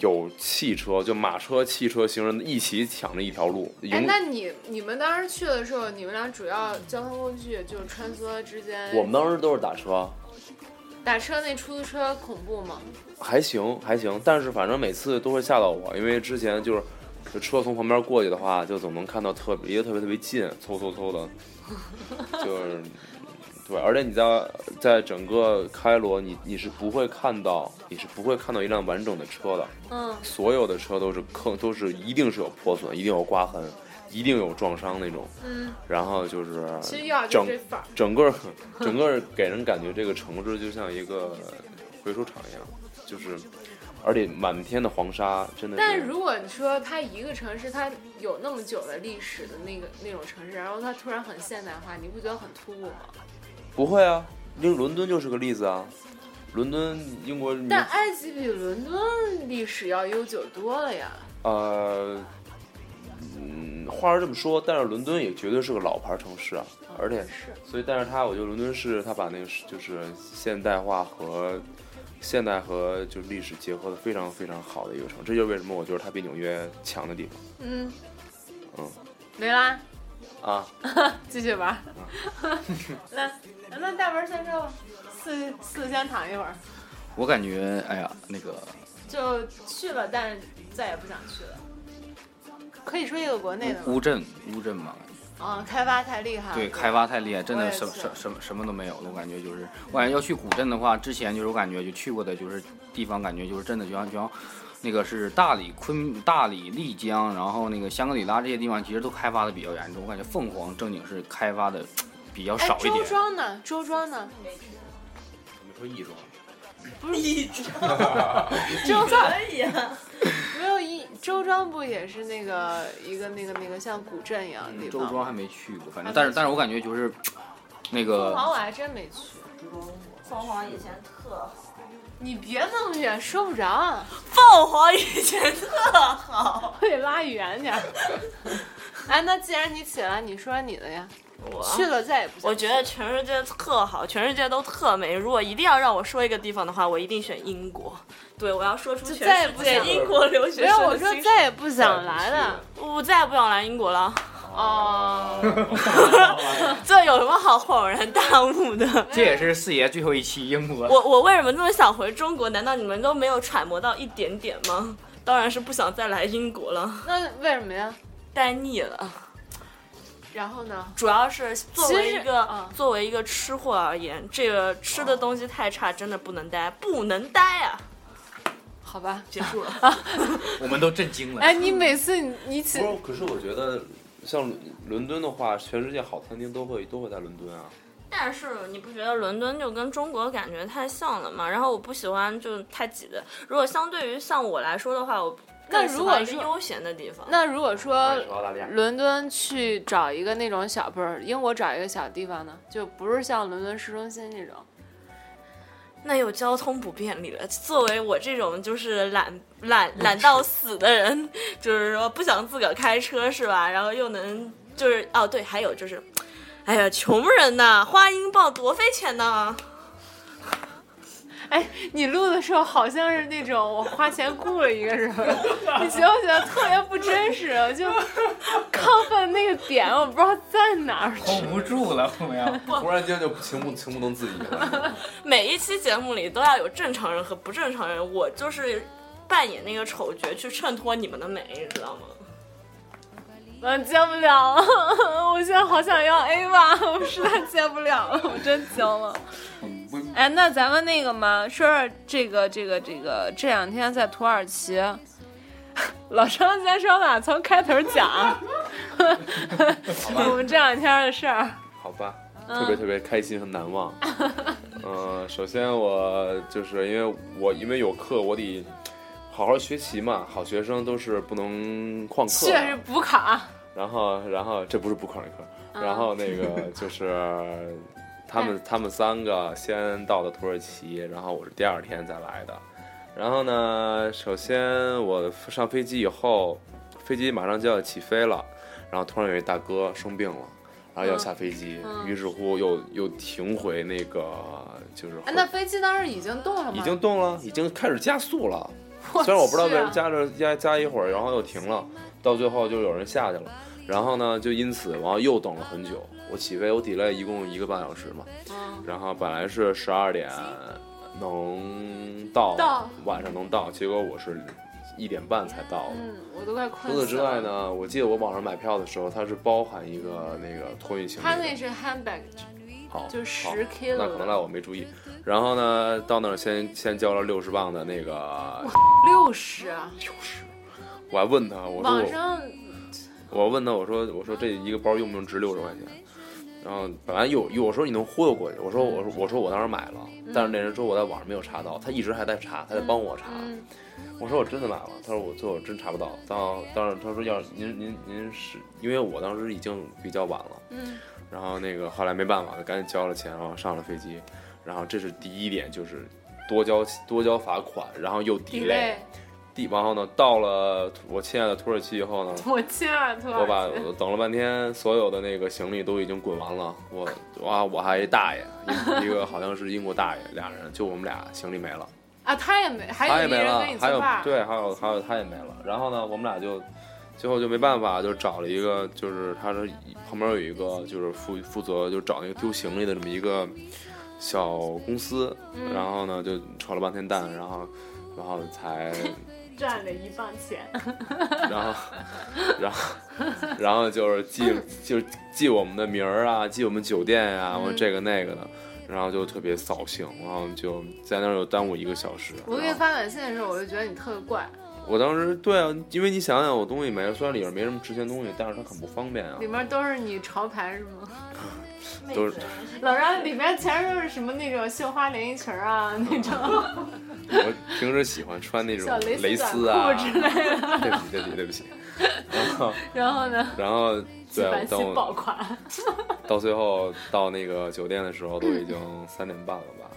Speaker 9: 有汽车，就马车、汽车、行人一起抢着一条路。已
Speaker 2: 哎
Speaker 9: 经，
Speaker 2: 那你你们当时去的时候，你们俩主要交通工具就是穿梭之间。
Speaker 9: 我们当时都是打车，
Speaker 2: 打车那出租车恐怖吗？
Speaker 9: 还行还行，但是反正每次都会吓到我，因为之前就是。就车从旁边过去的话，就总能看到特别离得特别特别近，嗖嗖嗖的，就是对。而且你在在整个开罗，你你是不会看到，你是不会看到一辆完整的车的。
Speaker 2: 嗯，
Speaker 9: 所有的车都是坑，都是一定是有破损，一定有刮痕，一定有撞伤那种。
Speaker 2: 嗯，
Speaker 9: 然后就是
Speaker 2: 其实要就
Speaker 9: 整
Speaker 2: 是这范儿。
Speaker 9: 整个 [LAUGHS] 整个给人感觉这个城市就像一个回收厂一样，就是而且满天的黄沙，真的
Speaker 2: 但
Speaker 9: 是
Speaker 2: 如果你说它一个城市，它有那么久的历史的那个那种城市，然后它突然很现代化，你不觉得很突兀吗？
Speaker 9: 不会啊，因为伦敦就是个例子啊。伦敦，英国，你
Speaker 2: 但埃及比伦敦历史要悠久多了呀。
Speaker 9: 呃，嗯，话是这么说，但是伦敦也绝对是个老牌城市啊，而且
Speaker 2: 是
Speaker 9: 所以，但是它，我觉得伦敦市它把那个是就是现代化和现代和就是历史结合的非常非常好的一个城市，这就是为什么我觉得它比纽约强的地方
Speaker 2: 嗯，
Speaker 9: 嗯，
Speaker 2: 没啦，
Speaker 9: 啊。
Speaker 2: 继续玩。 [LAUGHS] 那嗯那大门先说吧，四四先躺一会儿，
Speaker 4: 我感觉，哎呀，那个
Speaker 2: 就去了，但是再也不想去了。可以说一个国内的吗？
Speaker 4: 乌镇，乌镇嘛，
Speaker 2: 啊，开发太厉害了。
Speaker 4: 对，开发太厉害，真
Speaker 2: 我
Speaker 4: 的
Speaker 2: 也
Speaker 4: 什么
Speaker 2: 是
Speaker 4: 什什么什么都没有了。我感觉就是，我感觉要去古镇的话，之前就是我感觉就去过的就是地方，感觉就是真的就像就像那个是大理、昆、大理、丽江，然后那个香格里拉这些地方，其实都开发的比较严重。我感觉凤凰正经是开发的比较
Speaker 2: 哎，
Speaker 4: 少一
Speaker 2: 周
Speaker 4: 点。
Speaker 2: 庄呢？周庄呢？
Speaker 9: 我们说亦庄，
Speaker 2: 周庄
Speaker 3: 可以啊，
Speaker 2: 没有一周庄不也是那个一个那个那个像古镇一样的地
Speaker 4: 嗯
Speaker 2: 方
Speaker 4: 周
Speaker 2: 吗？
Speaker 4: 庄还没去过，反
Speaker 2: 还没
Speaker 4: 正但是
Speaker 2: 去
Speaker 4: 但是我感觉就是那
Speaker 2: 啊凤
Speaker 4: 个
Speaker 2: 凰我还真没去。
Speaker 3: 凤凰以前特好，
Speaker 2: 你别那么远，说不着，
Speaker 3: 凤凰以前特好，
Speaker 2: 我得拉远点儿。哎，那既然你起来，你说你的呀。
Speaker 3: 我
Speaker 2: 去了再也不想去
Speaker 3: 啊我觉得全世界特好，全世界都特美。如果一定要让我说一个地方的话，我一定选英国。对，我要说出
Speaker 2: 就
Speaker 3: 全
Speaker 2: 再也
Speaker 3: 世
Speaker 2: 不
Speaker 3: 界
Speaker 2: 想
Speaker 3: 英国留学
Speaker 2: 没有，
Speaker 3: 生
Speaker 2: 我
Speaker 3: 的
Speaker 2: 说
Speaker 3: 心声。
Speaker 2: 再也不想来了。
Speaker 3: 我再也不想来英国了，
Speaker 2: 哦，
Speaker 3: 这有什么好恍然大悟的？
Speaker 4: 这也是四爷最后一期英国。
Speaker 3: 我我为什么这么想回中国？难道你们都没有揣摩到一点点吗？当然是不想再来英国了，
Speaker 2: 那为什么呀？
Speaker 3: 待腻了。
Speaker 2: 然后呢？
Speaker 3: 主要是作为
Speaker 2: 其实
Speaker 3: 一个、
Speaker 2: 嗯
Speaker 3: 作为一个吃货而言，这个吃的东西太差，真的不能待，不能待啊！
Speaker 2: 好吧。
Speaker 3: 结束了，
Speaker 4: 我们都震惊了。
Speaker 2: 哎，你每次你你起
Speaker 9: 不是，可是我觉得像伦敦的话，全世界好餐厅都会都会在伦敦啊。
Speaker 3: 但是你不觉得伦敦就跟中国感觉太像了吗？然后我不喜欢就太挤的。如果相对于像我来说的话，我
Speaker 2: 那
Speaker 3: 更喜
Speaker 2: 如果
Speaker 3: 欢一个
Speaker 2: 说
Speaker 3: 悠闲的地方。
Speaker 2: 那如果说
Speaker 9: 澳大利亚
Speaker 2: 伦敦去找一个那种小不是英国找一个小地方呢，就不是像伦敦市中心这种。
Speaker 3: 那有交通不便利了。作为我这种就是懒懒懒到死的人，就是说不想自个儿开车是吧？然后又能就是哦对，还有就是，哎呀，穷人呐，花英镑多费钱呐。
Speaker 2: 哎，你录的时候好像是那种我花钱雇了一个人 [LAUGHS] 儿，你觉不觉得特别不真实？就亢奋那个点，我不知道在哪儿。
Speaker 4: hold 不住了，后面
Speaker 9: 突然间就情不情不能自已了。
Speaker 3: 每一期节目里都要有正常人和不正常人，我就是扮演那个丑角去衬托你们的美，你知道吗？
Speaker 2: 嗯，接不了 [LAUGHS] 了，我现在好想要 A 吧，我实在接不了了，我真惊了。
Speaker 9: 嗯
Speaker 2: 哎，那咱们那个嘛，说说这个这个这个，这两天在土耳其，老张先说吧，从开头讲，我们这两天的事儿。
Speaker 9: 好吧，特别特别开心和难忘。嗯，首先我就是因为我因为有课，我得好好学习嘛。好学生都是不能旷课
Speaker 2: 去
Speaker 9: 的，
Speaker 2: 是补卡，
Speaker 9: 然后然后这不是不坑里坑，然后那个就是他们他们三个先到的土耳其，然后我是第二天再来的。然后呢，首先我上飞机以后，飞机马上就要起飞了，然后突然有一大哥生病了，然后要下飞机，于是乎又又停回那个就是回
Speaker 2: 哎，那飞机当时已经动了吗？[LAUGHS]
Speaker 9: 已经动了，已经开始加速了。 [LAUGHS] 虽然我不知道为
Speaker 2: 啊
Speaker 9: 什么加着加加一会儿，然后又停了，到最后就有人下去了。然后呢，就因此，然后又等了很久。我起飞，我 delay 一共一个半小时嘛。然后本来是十二点能到，
Speaker 2: 到
Speaker 9: 晚上能到，结果我是一点半才到的。
Speaker 2: 嗯，我都快困
Speaker 9: 除此
Speaker 2: 死
Speaker 9: 之外
Speaker 2: 了。
Speaker 9: 呢，我记得我网上买票的时候，它是包含一个那个托运行李的。
Speaker 2: 他那是 handbag，
Speaker 9: 好，
Speaker 2: 就10
Speaker 9: 好
Speaker 2: kilo
Speaker 9: 那可能赖我没注意。然后呢，到那儿先先交了六十磅的那个，
Speaker 2: 六十啊，
Speaker 9: 我还问他，我
Speaker 2: 网
Speaker 9: 说
Speaker 2: 上
Speaker 9: 我我问他，我说我说这一个包用不用值六十块钱？然后本来有有我说你能忽悠过去，我说我说我说我当时买了，但是那人说我在网上没有查到，他一直还在查，他在帮我查。
Speaker 2: 嗯
Speaker 9: 我说我真的买了，他说我最后真查不到。当当时他说要是您您您是因为我当时已经比较晚了，
Speaker 2: 嗯，
Speaker 9: 然后那个后来没办法，赶紧交了钱，然后上了飞机。然后这是第一点，就是多交多交罚款，然后又 delay
Speaker 2: delay。
Speaker 9: 第然后呢，到了土我亲爱的土耳其以后呢，
Speaker 2: 我亲爱的土耳
Speaker 9: 我
Speaker 2: 其，
Speaker 9: 把我等了半天，所有的那个行李都已经滚完了。我哇，我还一大爷，一一个好像是英国大爷，俩人就我们俩行李没了，
Speaker 2: 啊，他也没，还
Speaker 9: 他
Speaker 2: 有
Speaker 9: 也
Speaker 2: 一
Speaker 9: 没
Speaker 2: 人
Speaker 9: 了
Speaker 2: 跟你，
Speaker 9: 还
Speaker 2: 做
Speaker 9: 有
Speaker 2: 伴儿，
Speaker 9: 对，还有还有他也没了。然后呢，我们俩就最后就没办法，就找了一个，就是他说旁边有一个就是负负责就找那个丢行李的这么一个小公司，
Speaker 2: 嗯
Speaker 9: 然后呢就扯了半天蛋，然后然后
Speaker 2: [LAUGHS]
Speaker 9: 才
Speaker 2: 赚了一磅钱，
Speaker 9: 然后，然后，然后就是记，就是记我们的名儿啊，记我们酒店呀、啊，我这
Speaker 2: 嗯
Speaker 9: 个那个的，然后就特别扫兴，然后就在那儿又耽误一个小时。
Speaker 2: 我给你
Speaker 9: 然后
Speaker 2: 发短信的时候，我就觉得你特别怪，
Speaker 9: 我当时对啊，因为你想想，我东西没了，虽然里边没什么值钱东西，但是它很不方便啊
Speaker 2: 里，面都是你潮牌是吗？
Speaker 9: 都是
Speaker 2: [LAUGHS] 老张里面全是什么那种绣花连衣裙儿啊，那种
Speaker 9: 我平时喜欢穿那种
Speaker 2: 小蕾丝
Speaker 9: 蕾丝啊
Speaker 2: 短裤之类的。
Speaker 9: 对不起，对不起，对不起。然后，
Speaker 2: [LAUGHS] 然后呢，
Speaker 9: 然
Speaker 2: [LAUGHS]
Speaker 9: 后对啊
Speaker 2: 版，
Speaker 9: 等
Speaker 2: 新
Speaker 9: 我
Speaker 2: 爆款，
Speaker 9: 到最后到那个酒店的时候，都已经三点半了吧，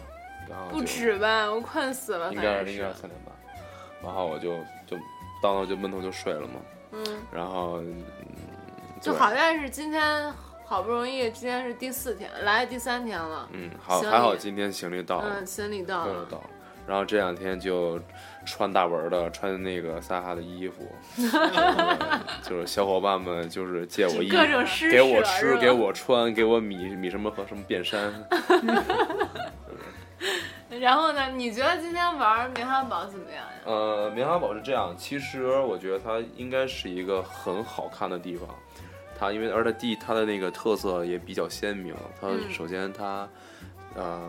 Speaker 9: 然后
Speaker 2: 不
Speaker 9: 就
Speaker 2: 止吧？我困死了，
Speaker 9: 应
Speaker 2: 反
Speaker 9: 该
Speaker 2: 正
Speaker 9: 是应该
Speaker 2: 是
Speaker 9: 是。三点半，然后我就就到那就闷头就睡了嘛，
Speaker 2: 嗯，
Speaker 9: 然后嗯
Speaker 2: 就
Speaker 9: 对
Speaker 2: 好在是今天好不容易，今天是第四天，来了第三天了，
Speaker 9: 嗯好
Speaker 2: 行
Speaker 9: 还好
Speaker 2: 李
Speaker 9: 今天行李到了，
Speaker 2: 嗯，行李到
Speaker 9: 行李
Speaker 2: 了，
Speaker 9: 到了，然后这两天就穿大文的，穿那个撒哈的衣
Speaker 2: [LAUGHS]
Speaker 9: 服，就是就是小伙伴们就是借我衣服
Speaker 2: 各。种施
Speaker 9: 给
Speaker 2: 舍
Speaker 9: 我
Speaker 2: 是
Speaker 9: 吃，
Speaker 2: 吧
Speaker 9: 给我穿，给我米米什么和什么便衫，
Speaker 2: 然后呢？你觉得今天玩棉花堡怎么样呀？
Speaker 9: 呃，棉花堡是这样，其实我觉得它应该是一个很好看的地方。它因为而且地它的那个特色也比较鲜明。它
Speaker 2: 嗯
Speaker 9: 首先它，呃，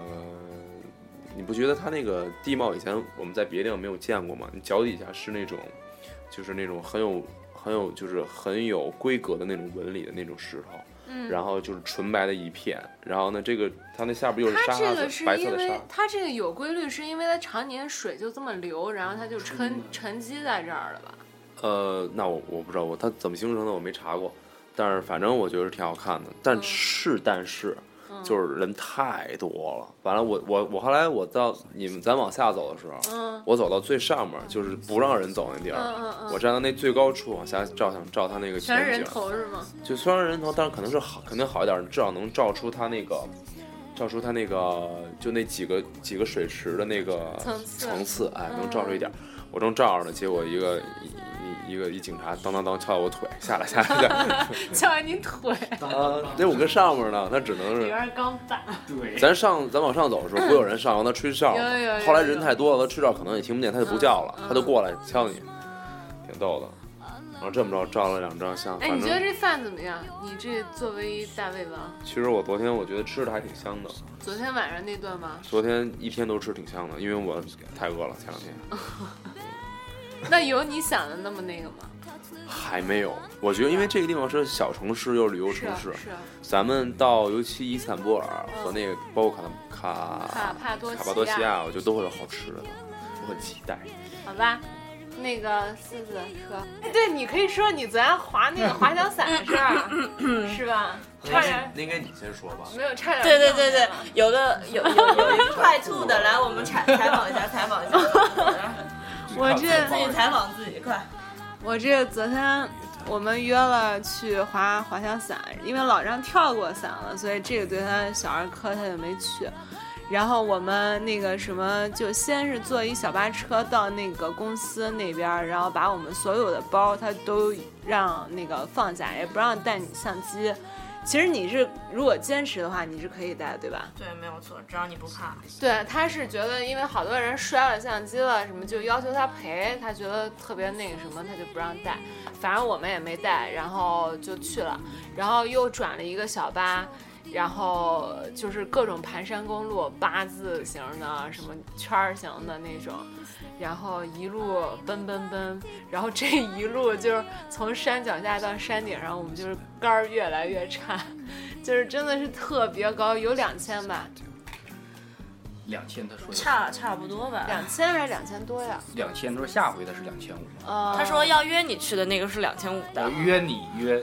Speaker 9: 你不觉得它那个地貌以前我们在别的地方没有见过吗？你脚底下是那种，就是那种很有很有就是很有规格的那种纹理的那种石头。
Speaker 2: 嗯
Speaker 9: 然后就是纯白的一片，然后呢，这个它那下边又是
Speaker 2: 它
Speaker 9: 沙
Speaker 2: 这
Speaker 9: 哈
Speaker 2: 个
Speaker 9: 的
Speaker 2: 是
Speaker 9: 白色
Speaker 2: 因
Speaker 9: 的沙
Speaker 2: 为，它这个有规律，是因为它常年水就这么流，然后它就沉沉积在这儿了吧？
Speaker 9: 呃，那我我不知道我它怎么形成的，我没查过，但是反正我觉得是挺好看的。但是、但是，
Speaker 2: 嗯
Speaker 9: 就是人太多了。完了，我我我后来我到你们咱往下走的时候，
Speaker 2: 嗯
Speaker 9: 我走到最上面，就是不让人走那地儿。
Speaker 2: 嗯嗯嗯
Speaker 9: 我站到那最高处往下照相，照它那个
Speaker 2: 全是人
Speaker 9: 景，
Speaker 2: 头是 [LAUGHS] 吗？
Speaker 9: 就虽然是人头，但是可能是好，肯定好一点，至少能照出它那个，照出它那个，就那几个几个水池的那个
Speaker 2: 层次嗯
Speaker 9: 层次，哎，能照出一点。我正照着呢，结果一个一一一个一警察当当当敲我腿，下来下来下来，
Speaker 2: 翘你腿，
Speaker 9: 啊，那我跟上面呢，他只
Speaker 2: [LAUGHS]
Speaker 9: 能
Speaker 2: 里
Speaker 9: 是。
Speaker 2: 边钢板。
Speaker 1: 对，
Speaker 9: 咱上，咱往上走的时候，会有人上，然后他吹哨
Speaker 2: 有有有。
Speaker 9: 后来人太多了，他吹哨可能也听不见，他就不叫了
Speaker 2: 嗯，
Speaker 9: 他就过来敲你，挺逗的。然后这么着照了两张相，
Speaker 2: [LAUGHS] 哎，
Speaker 9: 反
Speaker 2: 你觉
Speaker 9: 正
Speaker 2: 得这饭怎么样？你这作为一大胃王，
Speaker 9: 其实我昨天我觉得吃的还挺香的。
Speaker 2: 昨天晚上那顿吗？
Speaker 9: 昨天一天都吃挺香的，因为我太饿了，前两天
Speaker 2: 哦那有你想的那么那个吗？
Speaker 9: 还没有。我觉得，因为这个地方是小城市又是旅游城市，
Speaker 2: 是啊，
Speaker 9: 咱们到尤其伊斯坦布尔和那个包括卡卡
Speaker 2: 卡帕多
Speaker 9: 卡帕多
Speaker 2: 西
Speaker 9: 西
Speaker 2: 亚
Speaker 9: 亚，我觉得都会有好吃的，我很期待。
Speaker 2: 好吧。那个四四说，哎，对，你可以说你昨天滑那个滑翔伞的事儿，啊是吧？差点
Speaker 9: 那应该你先说吧。
Speaker 2: 没有，差点
Speaker 3: 对对对对，有个 [LAUGHS] 有有有一个啊快吐的，来，我们 [LAUGHS] 采采访一下，采 [LAUGHS] 访一下，
Speaker 2: 我这
Speaker 3: 自己采访自己，快。
Speaker 2: 我这昨天我们约了去滑滑翔伞，因为老张跳过伞了，所以这个对他小儿科他就没去。然后我们那个什么，就先是坐一小巴车到那个公司那边儿，然后把我们所有的包他都让那个放下，也不让带你相机。其实你是如果坚持的话，你是可以带，对吧？
Speaker 3: 对，没有错，只要你不怕。
Speaker 2: 对，他是觉得因为好多人摔了相机了什么，就要求他赔，他觉得特别那个什么，他就不让带。反正我们也没带，然后就去了，然后又转了一个小巴，然后就是各种盘山公路，八字形的，什么圈儿形的那种。然后一路奔奔奔，然后这一路就是从山脚下到山顶上，我们就是杆儿越来越差， [LAUGHS] 就是真的是特别高，有两千吧，
Speaker 4: 两千，他说的
Speaker 3: 差差不多吧。
Speaker 2: 两千还是两千多呀？
Speaker 4: 两千，他说下回的是两千五。
Speaker 2: 呃，
Speaker 3: 他说要约你去的那个是两千五的
Speaker 4: 我，约你约，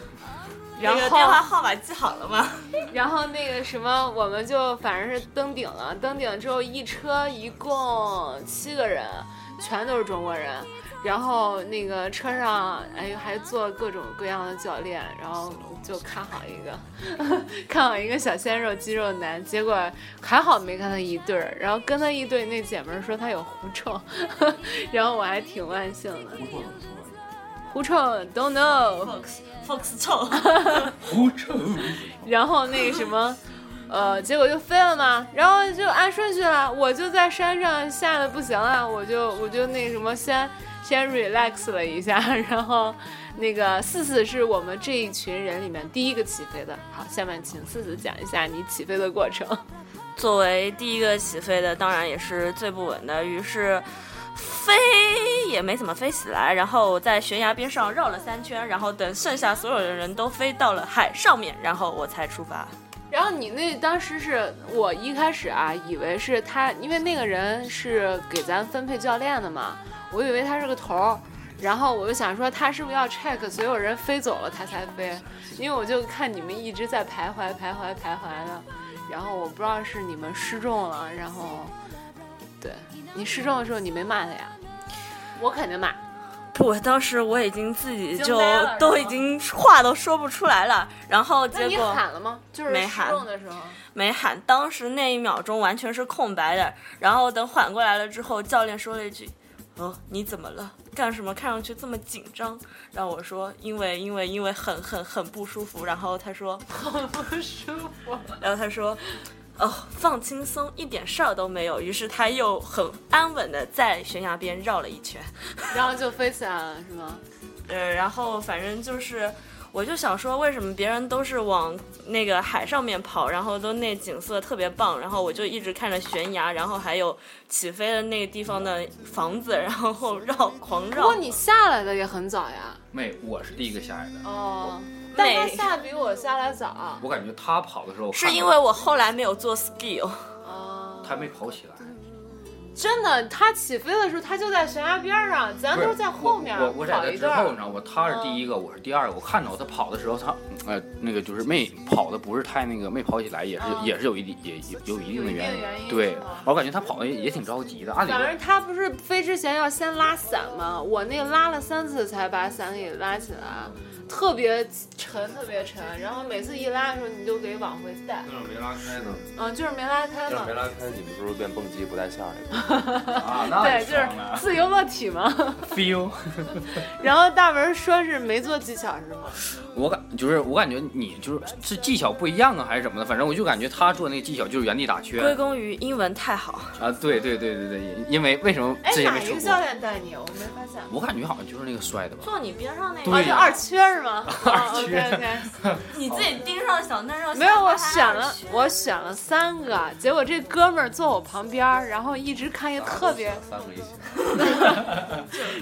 Speaker 2: 然
Speaker 3: 那个
Speaker 2: 后
Speaker 3: 电话号码记好了吗？ [LAUGHS]
Speaker 2: 然后那个什么，我们就反正是登顶了。登顶之后，一车一共七个人，全都是中国人。然后那个车上，哎，还坐各种各样的教练，然后就看好一个， [LAUGHS] 看好一个小鲜肉肌肉男。结果还好没跟他一对儿，然后跟他一对那姐们儿说他有狐臭， [LAUGHS] 然后我还挺万幸的。狐臭，don't know。
Speaker 3: Fox Fox [LAUGHS] 臭，
Speaker 2: 然后那个什么，呃，结果就飞了嘛，然后就按顺序了，我就在山上吓得不行了，我就我就那什么先先 relax 了一下，然后那个四四是我们这一群人里面第一个起飞的，好，下面请四四讲一下你起飞的过程。
Speaker 3: 作为第一个起飞的，当然也是最不稳的，于是飞也没怎么飞起来，然后在悬崖边上绕了三圈，然后等剩下所有的人都飞到了海上面，然后我才出发。
Speaker 2: 然后你那当时是我一开始啊，以为是他，因为那个人是给咱分配教练的嘛，我以为他是个头儿，然后我就想说他是不是要 check 所有人飞走了他才飞，因为我就看你们一直在徘徊徘徊徘徊的，然后我不知道是你们失重了，然后，对你失重的时候你没骂他呀，我肯定骂，
Speaker 3: [LAUGHS] 我当时我已经自己
Speaker 2: 惊
Speaker 3: 就
Speaker 2: 呆了
Speaker 3: 都
Speaker 2: 是
Speaker 3: 已
Speaker 2: 吗
Speaker 3: 经话都说不出来了，然后
Speaker 2: 那
Speaker 3: 结
Speaker 2: 你
Speaker 3: 果
Speaker 2: 喊了吗？就是
Speaker 3: 没
Speaker 2: 失
Speaker 3: 喊
Speaker 2: 重的时候，
Speaker 3: 没喊，当时那一秒钟完全是空白的。然后等缓过来了之后，教练说了一句：“哦，你怎么了？干什么？看上去这么紧张。”然后我说：“因为因为因为很很很不舒服。”然后他
Speaker 2: [LAUGHS]
Speaker 3: 说
Speaker 2: 很不舒服。：“
Speaker 3: 然后他说，哦，放轻松，一点事儿都没有。”于是他又很安稳的在悬崖边绕了一圈。
Speaker 2: 然后就飞起来了是吗？
Speaker 3: 呃，然后反正就是，我就想说，为什么别人都是往那个海上面跑，然后都那景色特别棒，然后我就一直看着悬崖，然后还有起飞的那个地方的房子，然后 [LAUGHS] 绕狂
Speaker 2: 不
Speaker 3: 绕
Speaker 2: 过。你下来的也很早呀。
Speaker 4: 妹，我是第一个下来的。
Speaker 2: 哦，但他
Speaker 3: 美
Speaker 2: 下比我下来早。
Speaker 4: 我感觉他跑的时候
Speaker 3: 是
Speaker 4: 看
Speaker 3: 因
Speaker 4: 到
Speaker 3: 为我后来没有做 skill，
Speaker 2: 哦，
Speaker 4: 他没跑起来，
Speaker 2: 真的，他起飞的时候他就在悬崖边儿上，咱
Speaker 4: 不
Speaker 2: 都
Speaker 4: 是
Speaker 2: 是在后面
Speaker 4: 我我我在
Speaker 2: 跑
Speaker 4: 他
Speaker 2: 一
Speaker 4: 之
Speaker 2: 段
Speaker 4: 后，你
Speaker 2: 儿。
Speaker 4: 知道吗？他是第一个，我是第二个。我看到他跑的时候，他呃那个就是没跑的不是太那个，没跑起来，也是
Speaker 2: 嗯
Speaker 4: 也是有一定也有有一定的
Speaker 2: 有
Speaker 4: 原
Speaker 2: 一定原因
Speaker 4: 对
Speaker 2: 是吗，
Speaker 4: 我感觉他跑的也挺着急的。按理
Speaker 2: 反
Speaker 4: 说
Speaker 2: 正他不是飞之前要先拉伞吗？我那个拉了三次才把伞给拉起来，特别沉，特别沉。然后每次一拉的时候，你就得往回带，
Speaker 9: 要是没拉开呢？
Speaker 2: 嗯，就是没拉开
Speaker 9: 要
Speaker 2: 嘛
Speaker 9: 是没。拉开，你们是不是变蹦极不带下一个？
Speaker 2: [LAUGHS]
Speaker 4: 啊，那
Speaker 2: 对，就是自由落体嘛。
Speaker 4: feel。
Speaker 2: [LAUGHS] 然后大文说是没做技巧是吗？
Speaker 4: 我感就是我感觉你就是是技巧不一样啊，还是怎么的？反正我就感觉他做那个技巧就是原地打
Speaker 3: 归
Speaker 4: 圈
Speaker 3: 功于英文太好。
Speaker 4: 啊。对对对对对，因为为什么
Speaker 2: 哎
Speaker 4: 之，前
Speaker 2: 哪一
Speaker 4: 没说
Speaker 2: 个教
Speaker 4: 过？
Speaker 2: 练带你？我没发现。
Speaker 4: 我感觉好像就是那个摔的吧。
Speaker 3: 坐你边上那
Speaker 4: 个
Speaker 2: 啊，
Speaker 4: 对
Speaker 2: 是二缺是
Speaker 4: [LAUGHS]
Speaker 2: 吗？
Speaker 4: 二缺
Speaker 2: o k
Speaker 4: [LAUGHS]
Speaker 3: 你自己盯上小嫩肉
Speaker 2: OK，没有，我选了，我选了三个，结果这哥们儿坐我旁边儿，然后一直看一个特
Speaker 4: [LAUGHS]
Speaker 2: 别，
Speaker 10: 三个一起，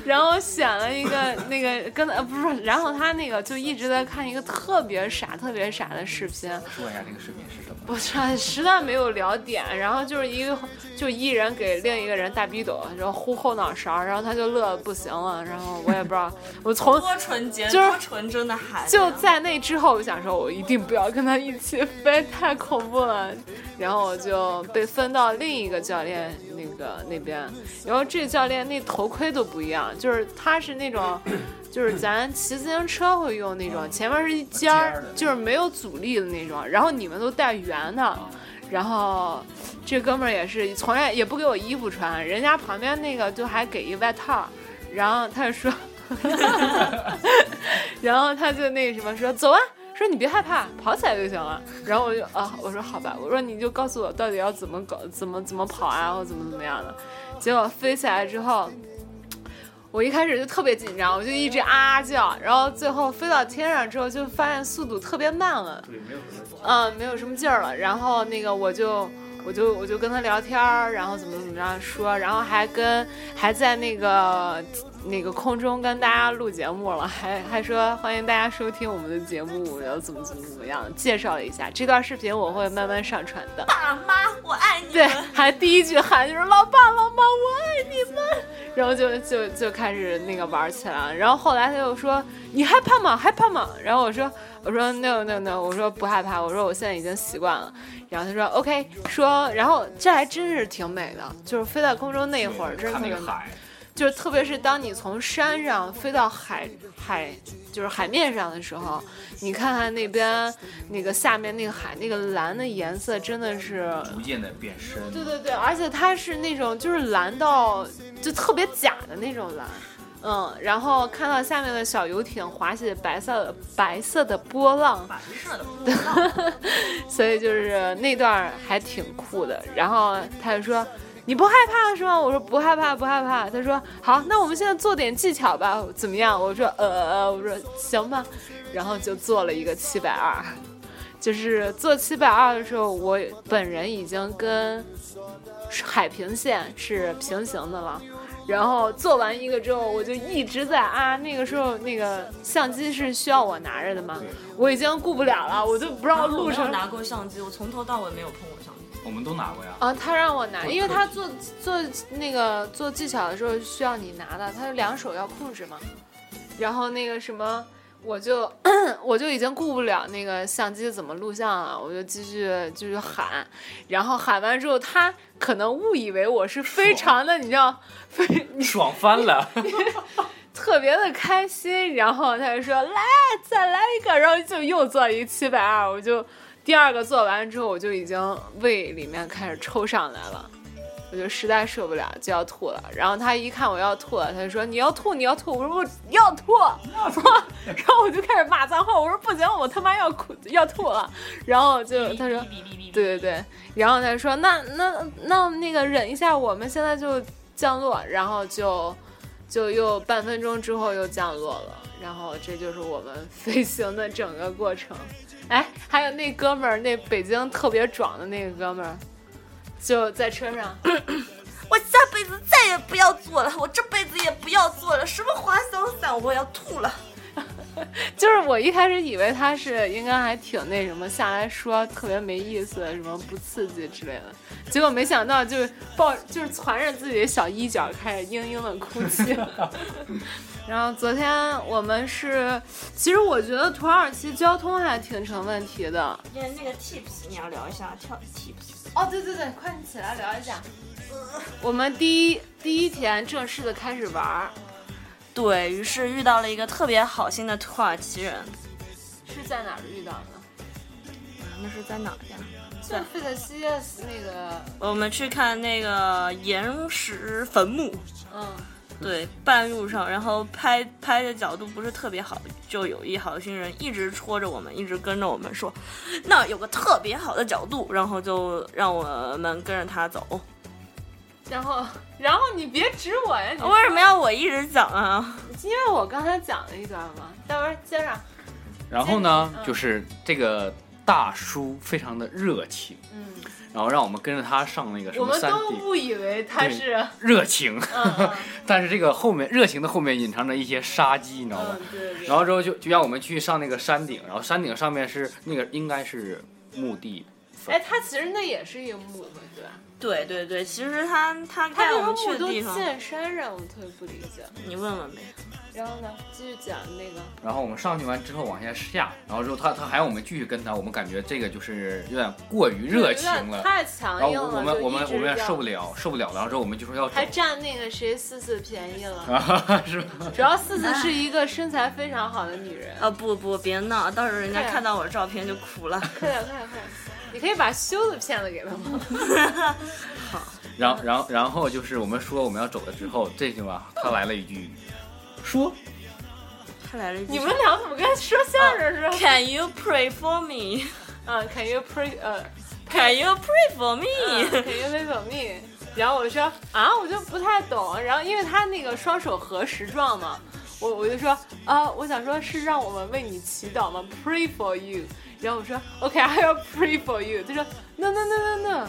Speaker 2: 然后选了一个那个跟呃不是，然后他那个就一直在看一个特别傻、特别傻的视频，
Speaker 10: 说一下这个视频是什么？
Speaker 2: 我操，实在没有聊点，然后就是一个就一人给另一个人大逼斗，然后呼后脑勺，然后他就乐得不行了，然后我也不知道，我从
Speaker 3: 多纯洁、
Speaker 2: 就是
Speaker 3: 多纯真的孩子，啊
Speaker 2: 就在那之后，我想说，我一定不要跟他一起飞，太恐怖了。然后我就被分到另一个教练那个那边，然后这教练那头盔都不一样，就是他是那
Speaker 3: [COUGHS]
Speaker 2: 种，就是咱骑自行车会用那种，前面是一尖儿，就是没有阻力的那种，然后你们都带圆的。然后这哥们儿也是从来也不给我衣服穿，人家旁边那个就还给一外套，然后他就说，然后他就那个什么说走啊，说你别害怕，跑起来就行了。然后我就啊，我说好吧，我说你就告诉我到底要怎么搞，怎么怎么跑啊，或怎么怎么样的。结果飞起来之后，我一开始就特别紧张，我就一直啊啊叫，然后最后飞到天上之后，就发现速度特别慢了。
Speaker 10: 对，没有什么。
Speaker 2: 嗯，没有什么劲儿了。然后那个我就我就我就跟他聊天儿，然后怎么怎么样说，然后还跟还在那个那个空中跟大家录节目了，还还说欢迎大家收听我们的节目，然后怎么怎么怎么样，介绍了一下这段视频，我会慢慢上传的。
Speaker 3: 爸妈，我爱你
Speaker 2: 对
Speaker 3: 们。，
Speaker 2: 还第一句喊就是“老爸老妈，我爱你们”，然后就就就开始那个玩起来了。然后后来他又说：“你害怕吗？害怕吗？”然后我说：“我说 no no no，我说不害怕，我说我现在已经习惯了。”然后他说 OK，说然后这还真是挺美的，就是飞在空中那一会儿，真是
Speaker 4: 看
Speaker 2: 特
Speaker 4: 那
Speaker 2: 别
Speaker 4: 个
Speaker 2: 美。
Speaker 4: 海，
Speaker 2: 就是特别是当你从山上飞到海海，就是海面上的时候，你看看那边那个下面那个海那个蓝的颜色，真的是
Speaker 10: 逐渐的变深。
Speaker 2: 对对对，而且它是那种就是蓝到就特别假的那种蓝，嗯，然后看到下面的小游艇划起白色的白色的波浪，白色的波浪， [LAUGHS] 所以就是那段儿还挺酷的。然后他就说。你不害怕是吗？我说不害怕，不害怕。他说好，那我们现在做点技巧吧，怎么样？我说呃，我说行吧，然后就做了一个七百二。就是做七百二的时候，我本人已经跟海平线是平行的了。然后做完一个之后，我就一直在啊，那个时候那个相机是需要我拿着的嘛，我已经顾不了了，我就不知道
Speaker 3: 我
Speaker 2: 录
Speaker 3: 没有
Speaker 2: 成
Speaker 3: 拿过相机，我从头到尾没有碰过相机。
Speaker 10: 我们都拿过
Speaker 2: [LAUGHS]
Speaker 10: 呀。
Speaker 2: 啊，他让我拿，因为他做做那个做技巧的时候需要你拿的，他是两手要控制嘛。然后那个什么，我就我就已经顾不了那个相机怎么录像了，我就继续继续喊，然后喊完之后，他可能误以为我是非常的，你知道，非
Speaker 4: 爽翻
Speaker 2: [LAUGHS]
Speaker 4: 了，
Speaker 2: 特别的开心，然后他就说来再来一个，然后就又做一七百二，我就第二个做完之后，我就已经胃里面开始抽上来了，我就实在受不了，就要吐了。然后他一看我要吐了，他就说你要吐你要吐，我说我要吐，然后我就开始骂脏话，我说不行，我他妈要哭要吐了。然后就他说对对对，然后他说那那那那个忍一下，我们现在就降落，然后就。就又半分钟之后又降落了，然后这就是我们 [LAUGHS] 飞行的整个过程。哎，还有那哥们儿，那北京特别壮的那个哥们儿，就在车上， [LAUGHS]
Speaker 3: 我下辈子再也不要做了，我这辈子也不要做了。什么滑翔伞，我要吐了。
Speaker 2: 就是我一开始以为他是应该还挺那什么，下来说特别没意思，什么不刺激之类的，结果没想到就是抱就是攒着自己的小衣角开始嘤嘤的哭泣。 [LAUGHS] 然后昨天我们是，其实我觉得土耳其交通还挺成问题的，
Speaker 3: 那那个 tips 你要聊一下，跳 tips。
Speaker 2: 哦，对对对，快点起来聊一下。我们第一第一天正式的开始玩儿，
Speaker 3: 对于是遇到了一个特别好心的土耳其人，
Speaker 2: 是在哪儿遇到的？
Speaker 3: 嗯那是在哪儿呀？
Speaker 2: 就是费德西耶斯那个，
Speaker 3: 我们去看那个岩石坟墓，
Speaker 2: 嗯，
Speaker 3: 对，半路上，然后拍拍的角度不是特别好，就有一好心人一直戳着我们，一直跟着我们说，那儿有个特别好的角度，然后就让我们跟着他走。
Speaker 2: 然后然后你别指我呀，你
Speaker 3: 为什么要我一直讲啊？
Speaker 2: 因为我刚才讲了一段嘛，待会儿接着。
Speaker 4: 然后呢，就是这个大叔非常的热情，
Speaker 2: 嗯，
Speaker 4: 然后让我们跟着他上那个什
Speaker 2: 我
Speaker 4: 么
Speaker 2: 们
Speaker 4: 山
Speaker 2: 都嗯
Speaker 4: 顶。
Speaker 2: 误以为他
Speaker 4: 对 [LAUGHS]
Speaker 2: 是
Speaker 4: 热情， [LAUGHS] 但是这个后面热情的后面隐藏着一些杀机，你知道吗？
Speaker 2: 嗯
Speaker 4: 然后之后就就让我们去上那个山顶，然后山顶上面是那个应该是墓地，
Speaker 2: 哎，他其实那也是一个墓地，对吧？
Speaker 3: 对对对，其实他他
Speaker 2: 他
Speaker 3: 带
Speaker 2: 这
Speaker 3: 我
Speaker 2: 个
Speaker 3: 们去
Speaker 2: 墓
Speaker 3: 的
Speaker 2: 都
Speaker 3: 地方，
Speaker 2: 建山上，我特别不理解。
Speaker 3: 你问问呗。
Speaker 2: 然后呢，继续讲那个，
Speaker 4: 然后我们上去完之后往下下，然后之后他他还让我们继续跟他，我们感觉这个就是有点过于热情
Speaker 2: 有
Speaker 4: 了
Speaker 2: 点，太强
Speaker 4: 然后
Speaker 2: 硬了，
Speaker 4: 我我们
Speaker 2: 就
Speaker 4: 我们
Speaker 2: 一直
Speaker 4: 我们也
Speaker 2: 要
Speaker 4: 受不，了受不了了，然后之后我们就说要走
Speaker 2: 还占那个谁四四便宜了。 [LAUGHS]
Speaker 4: 啊，是吧？ [LAUGHS]
Speaker 2: 主要四四是一个身材非常好的女人，
Speaker 3: 啊不不，别闹，到时候人家看到我照片就哭了。
Speaker 2: 快点快点快点，你可以把修的骗了给他吗？
Speaker 4: 然后然后然后就是我们说我们要走了之后，这句吧他来了一句，说
Speaker 3: 他来了一句，
Speaker 2: 你们俩怎么跟说相声似的
Speaker 3: Can you pray for [LAUGHS] me？
Speaker 2: 嗯，Can you pray？呃
Speaker 3: Can you pray for [LAUGHS]
Speaker 2: ，Can
Speaker 3: me？
Speaker 2: you pray for me？然后我说啊，我就不太懂。然后因为他那个双手合十状嘛，我我就说啊，我想说是让我们为你祈祷吗？Pray for you。然后我说 OK，I will pray for you。他说 No No No No No。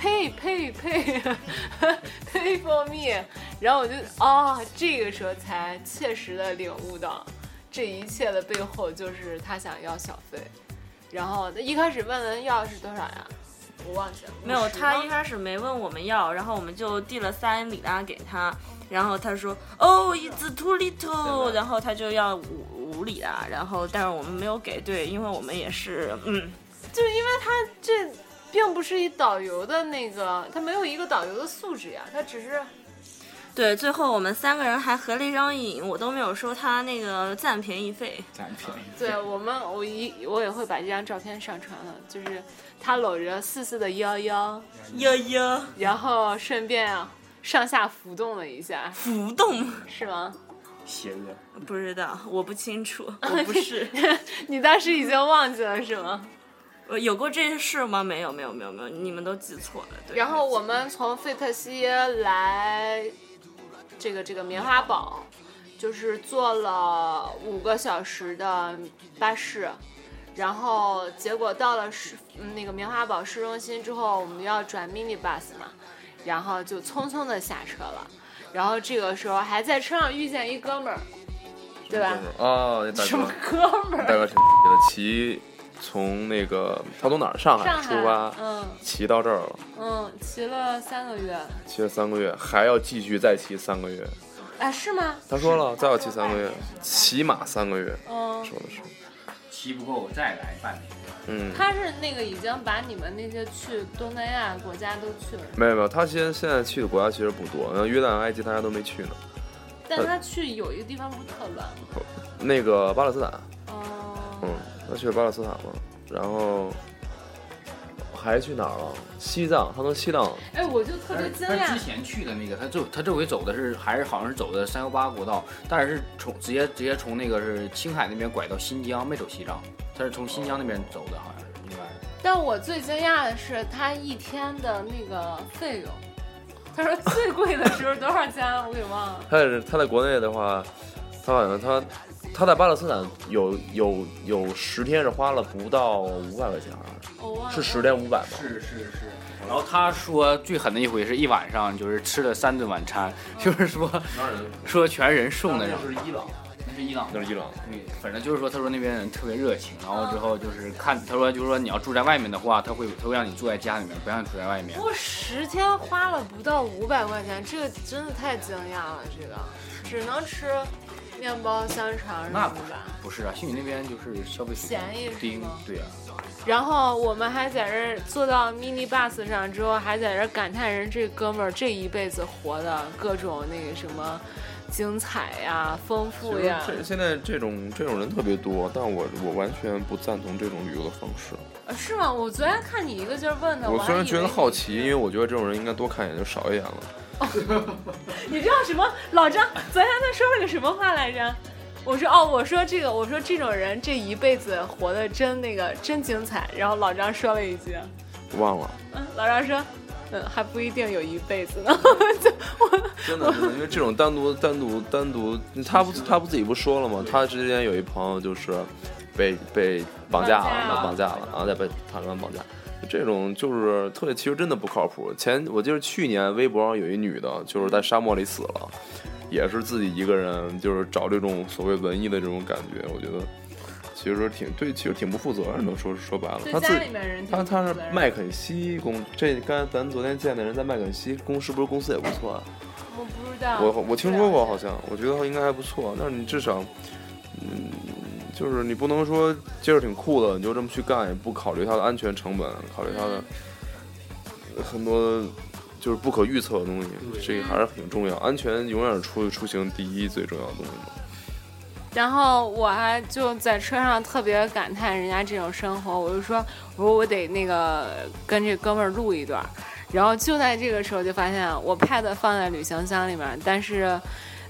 Speaker 2: pay pay pay [LAUGHS] pay for me，然后我就啊、这个时候才切实的领悟到，这一切的背后就是他想要小费。然后一开始问人要是多少呀？我忘记了。
Speaker 3: 没有，
Speaker 2: 50
Speaker 3: 他
Speaker 2: 吗
Speaker 3: 一开始没问我们要，然后我们就递了三里拉给他，然后他说哦、i t s too little，然后他就要五五里拉，然后但是我们没有给，对，因为我们也是嗯，
Speaker 2: 就因为他这并不是以导游的那个，他没有一个导游的素质呀，他只是
Speaker 3: 对，最后我们三个人还合了一张影，我都没有收他那个占便宜费，
Speaker 4: 占便宜。
Speaker 2: 对我们我一我也会把这张照片上传了，就是他搂着四四的幺幺，
Speaker 3: 呀呀，
Speaker 2: 然后顺便啊上下浮动了一下，
Speaker 3: 浮动
Speaker 2: 是吗？
Speaker 4: 邪恶，
Speaker 3: [LAUGHS] 不知道，我不清 [LAUGHS] 楚，我不是。
Speaker 2: 你当时已经忘记了是吗？
Speaker 3: 呃，有过这些事吗？没有，没有，没有，没有，你们都记错了。对，
Speaker 2: 然后我们从费特西来这个这个棉花堡，就是坐了五个小时的巴士，然后结果到了市嗯那个棉花堡市中心之后，我们要转 mini bus 嘛，然后就匆匆的下车了。然后这个时候还在车上遇见一哥们儿，对吧？
Speaker 9: [LAUGHS] 哦，那大
Speaker 2: 什
Speaker 9: 哥
Speaker 2: 么，哥们
Speaker 9: 大
Speaker 2: 儿？
Speaker 9: 哥挺的，骑从那个他从哪儿上
Speaker 2: 上海
Speaker 9: 海出发，
Speaker 2: 嗯
Speaker 9: 骑到这儿了，
Speaker 2: 嗯，骑了三个月，
Speaker 9: 骑了三个月，还要继续再骑三个月。
Speaker 2: 哎，是吗？
Speaker 9: 他说了，再要骑三个月，起码三个月，
Speaker 2: 嗯，
Speaker 9: 说的是，
Speaker 4: 骑不过我再来半年。
Speaker 9: 嗯，
Speaker 2: 他是那个已经把你们那些去东南亚国家都去了，
Speaker 9: 没有没有，他现现在去的国家其实不多，像约旦、埃及，大家都没去呢。
Speaker 2: 但他去有一个地方不是特乱吗？
Speaker 9: 那个巴勒斯坦，
Speaker 2: 哦，
Speaker 9: 嗯，他去了巴勒斯坦嘛，然后还去哪儿了？西藏，他从西藏，
Speaker 2: 哎，我就特别惊
Speaker 4: 他之
Speaker 2: 讶，
Speaker 4: 前去的那个，他就他这回走的是还是好像是走的三幺八国道，但是是从直接直接从那个是青海那边拐到新疆，没走西藏，他是从新疆那边走的，好像是应该是。
Speaker 2: 但我最惊讶的是他一天的那个费用，他说最贵的时候多少钱，啊我给忘了。
Speaker 9: 他也是他在国内的话，他好像他他在巴勒斯坦有有有十天是花了不到五百块钱，啊
Speaker 2: 我忘了
Speaker 9: 是十天五百吗？
Speaker 4: 是是是。然后他说最狠的一回是一晚上就是吃了三顿晚餐， [LAUGHS] 就是说说全人送的，
Speaker 9: 是伊朗，
Speaker 4: 那是伊朗。
Speaker 9: 那是伊朗。
Speaker 4: 对，反正就是说，他说那边人特别热情，然后之后就是看，他说就是说你要住在外面的话，他会他会让你住在家里面，不让你住在外面
Speaker 2: 不。过十天花了不到五百块钱，这个真的太惊讶了，这个只能吃面包、香肠什么
Speaker 4: 那不是
Speaker 2: 的。
Speaker 4: 不是啊，兴许那边就是消费水
Speaker 2: 便宜
Speaker 4: 平
Speaker 2: 是
Speaker 4: 低
Speaker 2: 吗，
Speaker 4: 对啊。
Speaker 2: 然后我们还在这儿坐到 mini bus 上之后，还在这儿感叹人这哥们儿这一辈子活的各种那个什么精彩呀、丰富呀。
Speaker 9: 这现在这种这种人特别多，但我我完全不赞同这种旅游的方式。
Speaker 2: 呃是吗？我昨天看你一个劲儿问的，我
Speaker 9: 我
Speaker 2: 还
Speaker 9: 虽然觉
Speaker 2: 以
Speaker 9: 得
Speaker 2: 为
Speaker 9: 好奇，因为我觉得这种人应该多看一眼就少一眼了。
Speaker 2: 你知道什么？老张昨天他说了个什么话来着？我说哦，我说这个，我说这种人这一辈子活的真那个 [LAUGHS] 真精彩。然后老张说了一句，
Speaker 9: 忘了，
Speaker 2: 嗯，老张说，嗯，还不一定有一辈子 [LAUGHS] 呢。就我
Speaker 9: 真的，真的，因为这种单独、单独、单独，他不他不自己不说了吗？他之前有一朋友就是被被绑架了，
Speaker 11: 绑
Speaker 9: 绑
Speaker 11: 架
Speaker 9: 架了，然后再被塔利班绑架。这种就是特别，其实真的不靠谱。前我记得去年微博上有一女的，就是在沙漠里死了，也是自己一个人，就是找这种所谓文艺的这种感觉。我觉得其实挺对，其实挺不负责任的。说说白了，
Speaker 11: 对
Speaker 9: 她自
Speaker 11: 家里面人挺不
Speaker 9: 她她
Speaker 11: 负
Speaker 9: 是
Speaker 11: 责任
Speaker 9: 麦肯锡公，这刚才咱昨天见的人在麦肯锡公是不是公司也不错啊？
Speaker 2: 我不知道，
Speaker 9: 我我听说过，好像我觉得应该还不错。但是你至少，嗯，就是你不能说今儿挺酷的，你就这么去干，也不考虑它的安全成本，考虑它的很多就是不可预测的东西，这个还是挺重要。安全永远是出出行第一最重要的东西嘛。
Speaker 2: 然后我还就在车上特别感叹人家这种生活，我就说，我说我得那个跟这哥们儿录一段儿。然后就在这个时候就发现啊我 pad 放在旅行箱里面，但是，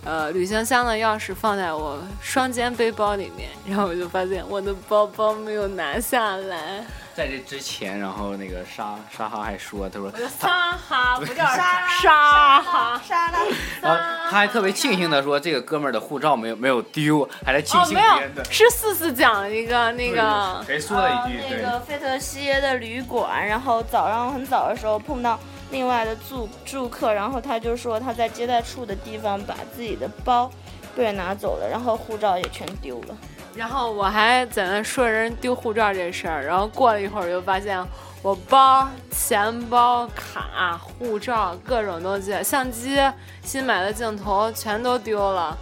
Speaker 2: 呃，旅行箱的钥匙放在我双肩背包里面，然后我就发现我的包包没有拿下来。
Speaker 4: 在这之前，然后那个沙沙哈还说，他说
Speaker 2: 撒哈哦不叫
Speaker 8: 沙
Speaker 2: 沙哈
Speaker 8: 沙拉，
Speaker 4: 然后他还特别庆幸的说，这个哥们儿的护照没有没有丢，还在庆
Speaker 2: 哦，
Speaker 4: 幸
Speaker 2: 没
Speaker 4: 别人
Speaker 2: 有
Speaker 4: 的，。
Speaker 2: 是四四讲了一个那个，啊
Speaker 4: 谁说了一句？
Speaker 3: 那
Speaker 4: 对，
Speaker 3: 个费特西耶的旅馆，然后早上很早的时候碰到另外的住住客，然后他就说他在接待处的地方把自己的包被人拿走了，然后护照也全丢 [LAUGHS] 了。
Speaker 2: 然后我还在那说人丢护照这事儿，然后过了一会儿就发现我包、钱包、卡、护照各种东西，相机、新买的镜头全都丢了。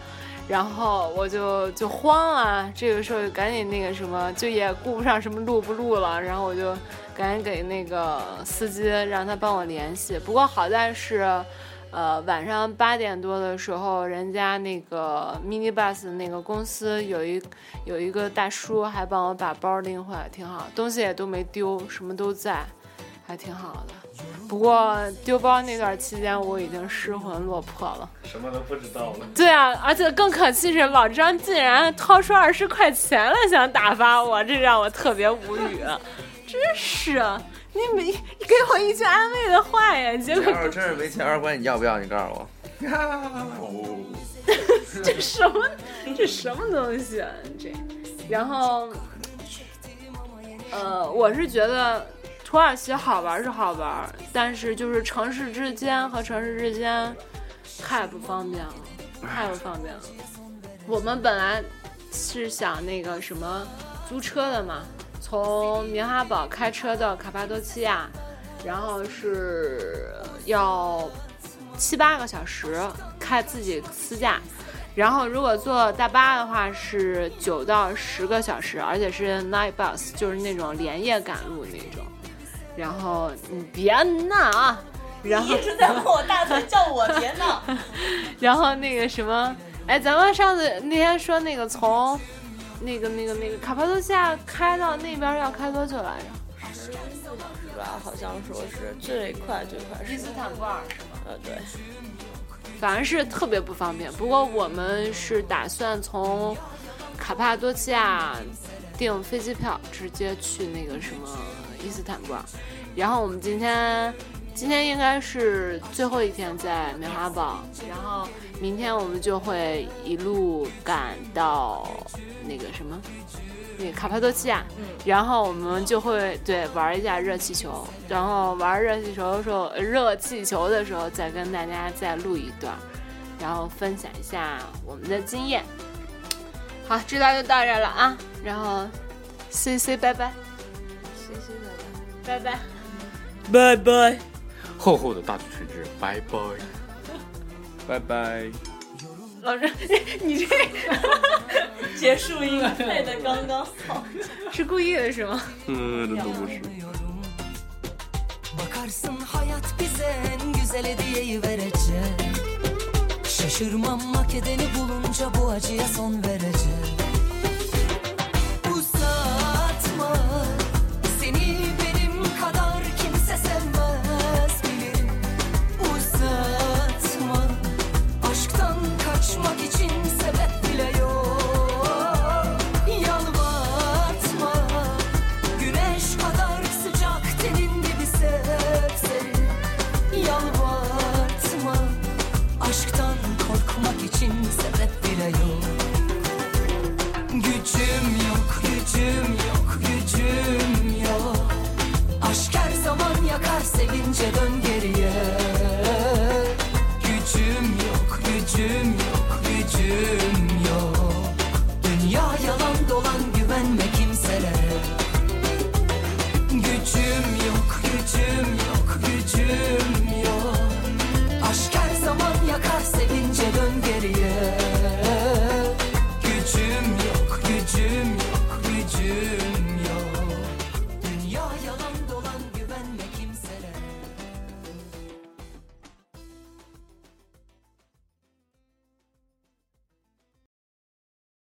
Speaker 2: 然后我就就慌了，这个时候就赶紧那个什么，就也顾不上什么录不录了，然后我就赶紧给那个司机让他帮我联系。不过好在是，呃，晚上八点多的时候，人家那个 mini bus 那个公司有一有一个大叔还帮我把包拎回来，挺好，东西也都没丢，什么都在，还挺好的。不过丢包那段期间，我已经失魂落魄了。
Speaker 10: 什么都不知道了。
Speaker 2: 对啊，而且更可气是老张竟然掏出二十块钱来想打发我，这让我特别无语。真是，你没你给我一句安慰的话呀，结
Speaker 7: 你
Speaker 2: 果
Speaker 7: 要是真是没钱，二十块你要不要？你告诉
Speaker 10: [LAUGHS]
Speaker 7: 我。
Speaker 2: [LAUGHS] 这什么 [LAUGHS] 这什么东西、啊？这，然后，呃，我是觉得土耳其好玩是好玩，但是就是城市之间和城市之间太不方便了，太不方便了。我们本来是想那个什么租车的嘛，从棉哈堡开车到卡帕多奇亚，然后是要七八个小时开自己私驾，然后如果坐大巴的话是九到十个小时，而且是 night bus，就是那种连夜赶路那种。然后你别闹啊！然后
Speaker 8: 你一直在摸我大腿，叫我别闹。
Speaker 2: [LAUGHS] 然后那个什么，哎，咱们上次那天说那个从那个那个那个卡帕多西亚开到那边要开多久来着？
Speaker 3: 是吧？好像说是最快最快是伊斯
Speaker 2: 坦布尔
Speaker 3: 是吗？呃，对。
Speaker 2: 反正是特别不方便。不过我们是打算从卡帕多奇亚订飞机票，直接去那个什么伊斯坦布尔。然后我们今天今天应该是最后一天在棉花堡，然后明天我们就会一路赶到那个什么。那个卡帕多奇亚，然后我们就会对玩一下热气球，然后玩热气球的时候，呃热气球的时候再跟大家再录一段，然后分享一下我们的经验。好，这段就到这儿了啊，然后 C C 拜拜拜拜。
Speaker 10: 拜拜，厚厚的大腿垂直，拜拜，
Speaker 9: 拜拜。
Speaker 2: 老师， [LAUGHS] 你这
Speaker 8: 结束音配的刚刚好。
Speaker 2: 是故意的是吗？
Speaker 9: 嗯，真的不是。
Speaker 12: Bakarsın hayat bize en güzel hediyeyi verecek Şaşırmam makedeni bulunca bu acıya son verecek Uzatma seni benim kadar kimse sevmez bilirim Uzatma aşktan kaçmak için sebep bile yok Yalvartma Güneş kadar sıcak senin gibi sevserim Yalvartma Aşktan korkmak için sebep bile yok akar sevince dön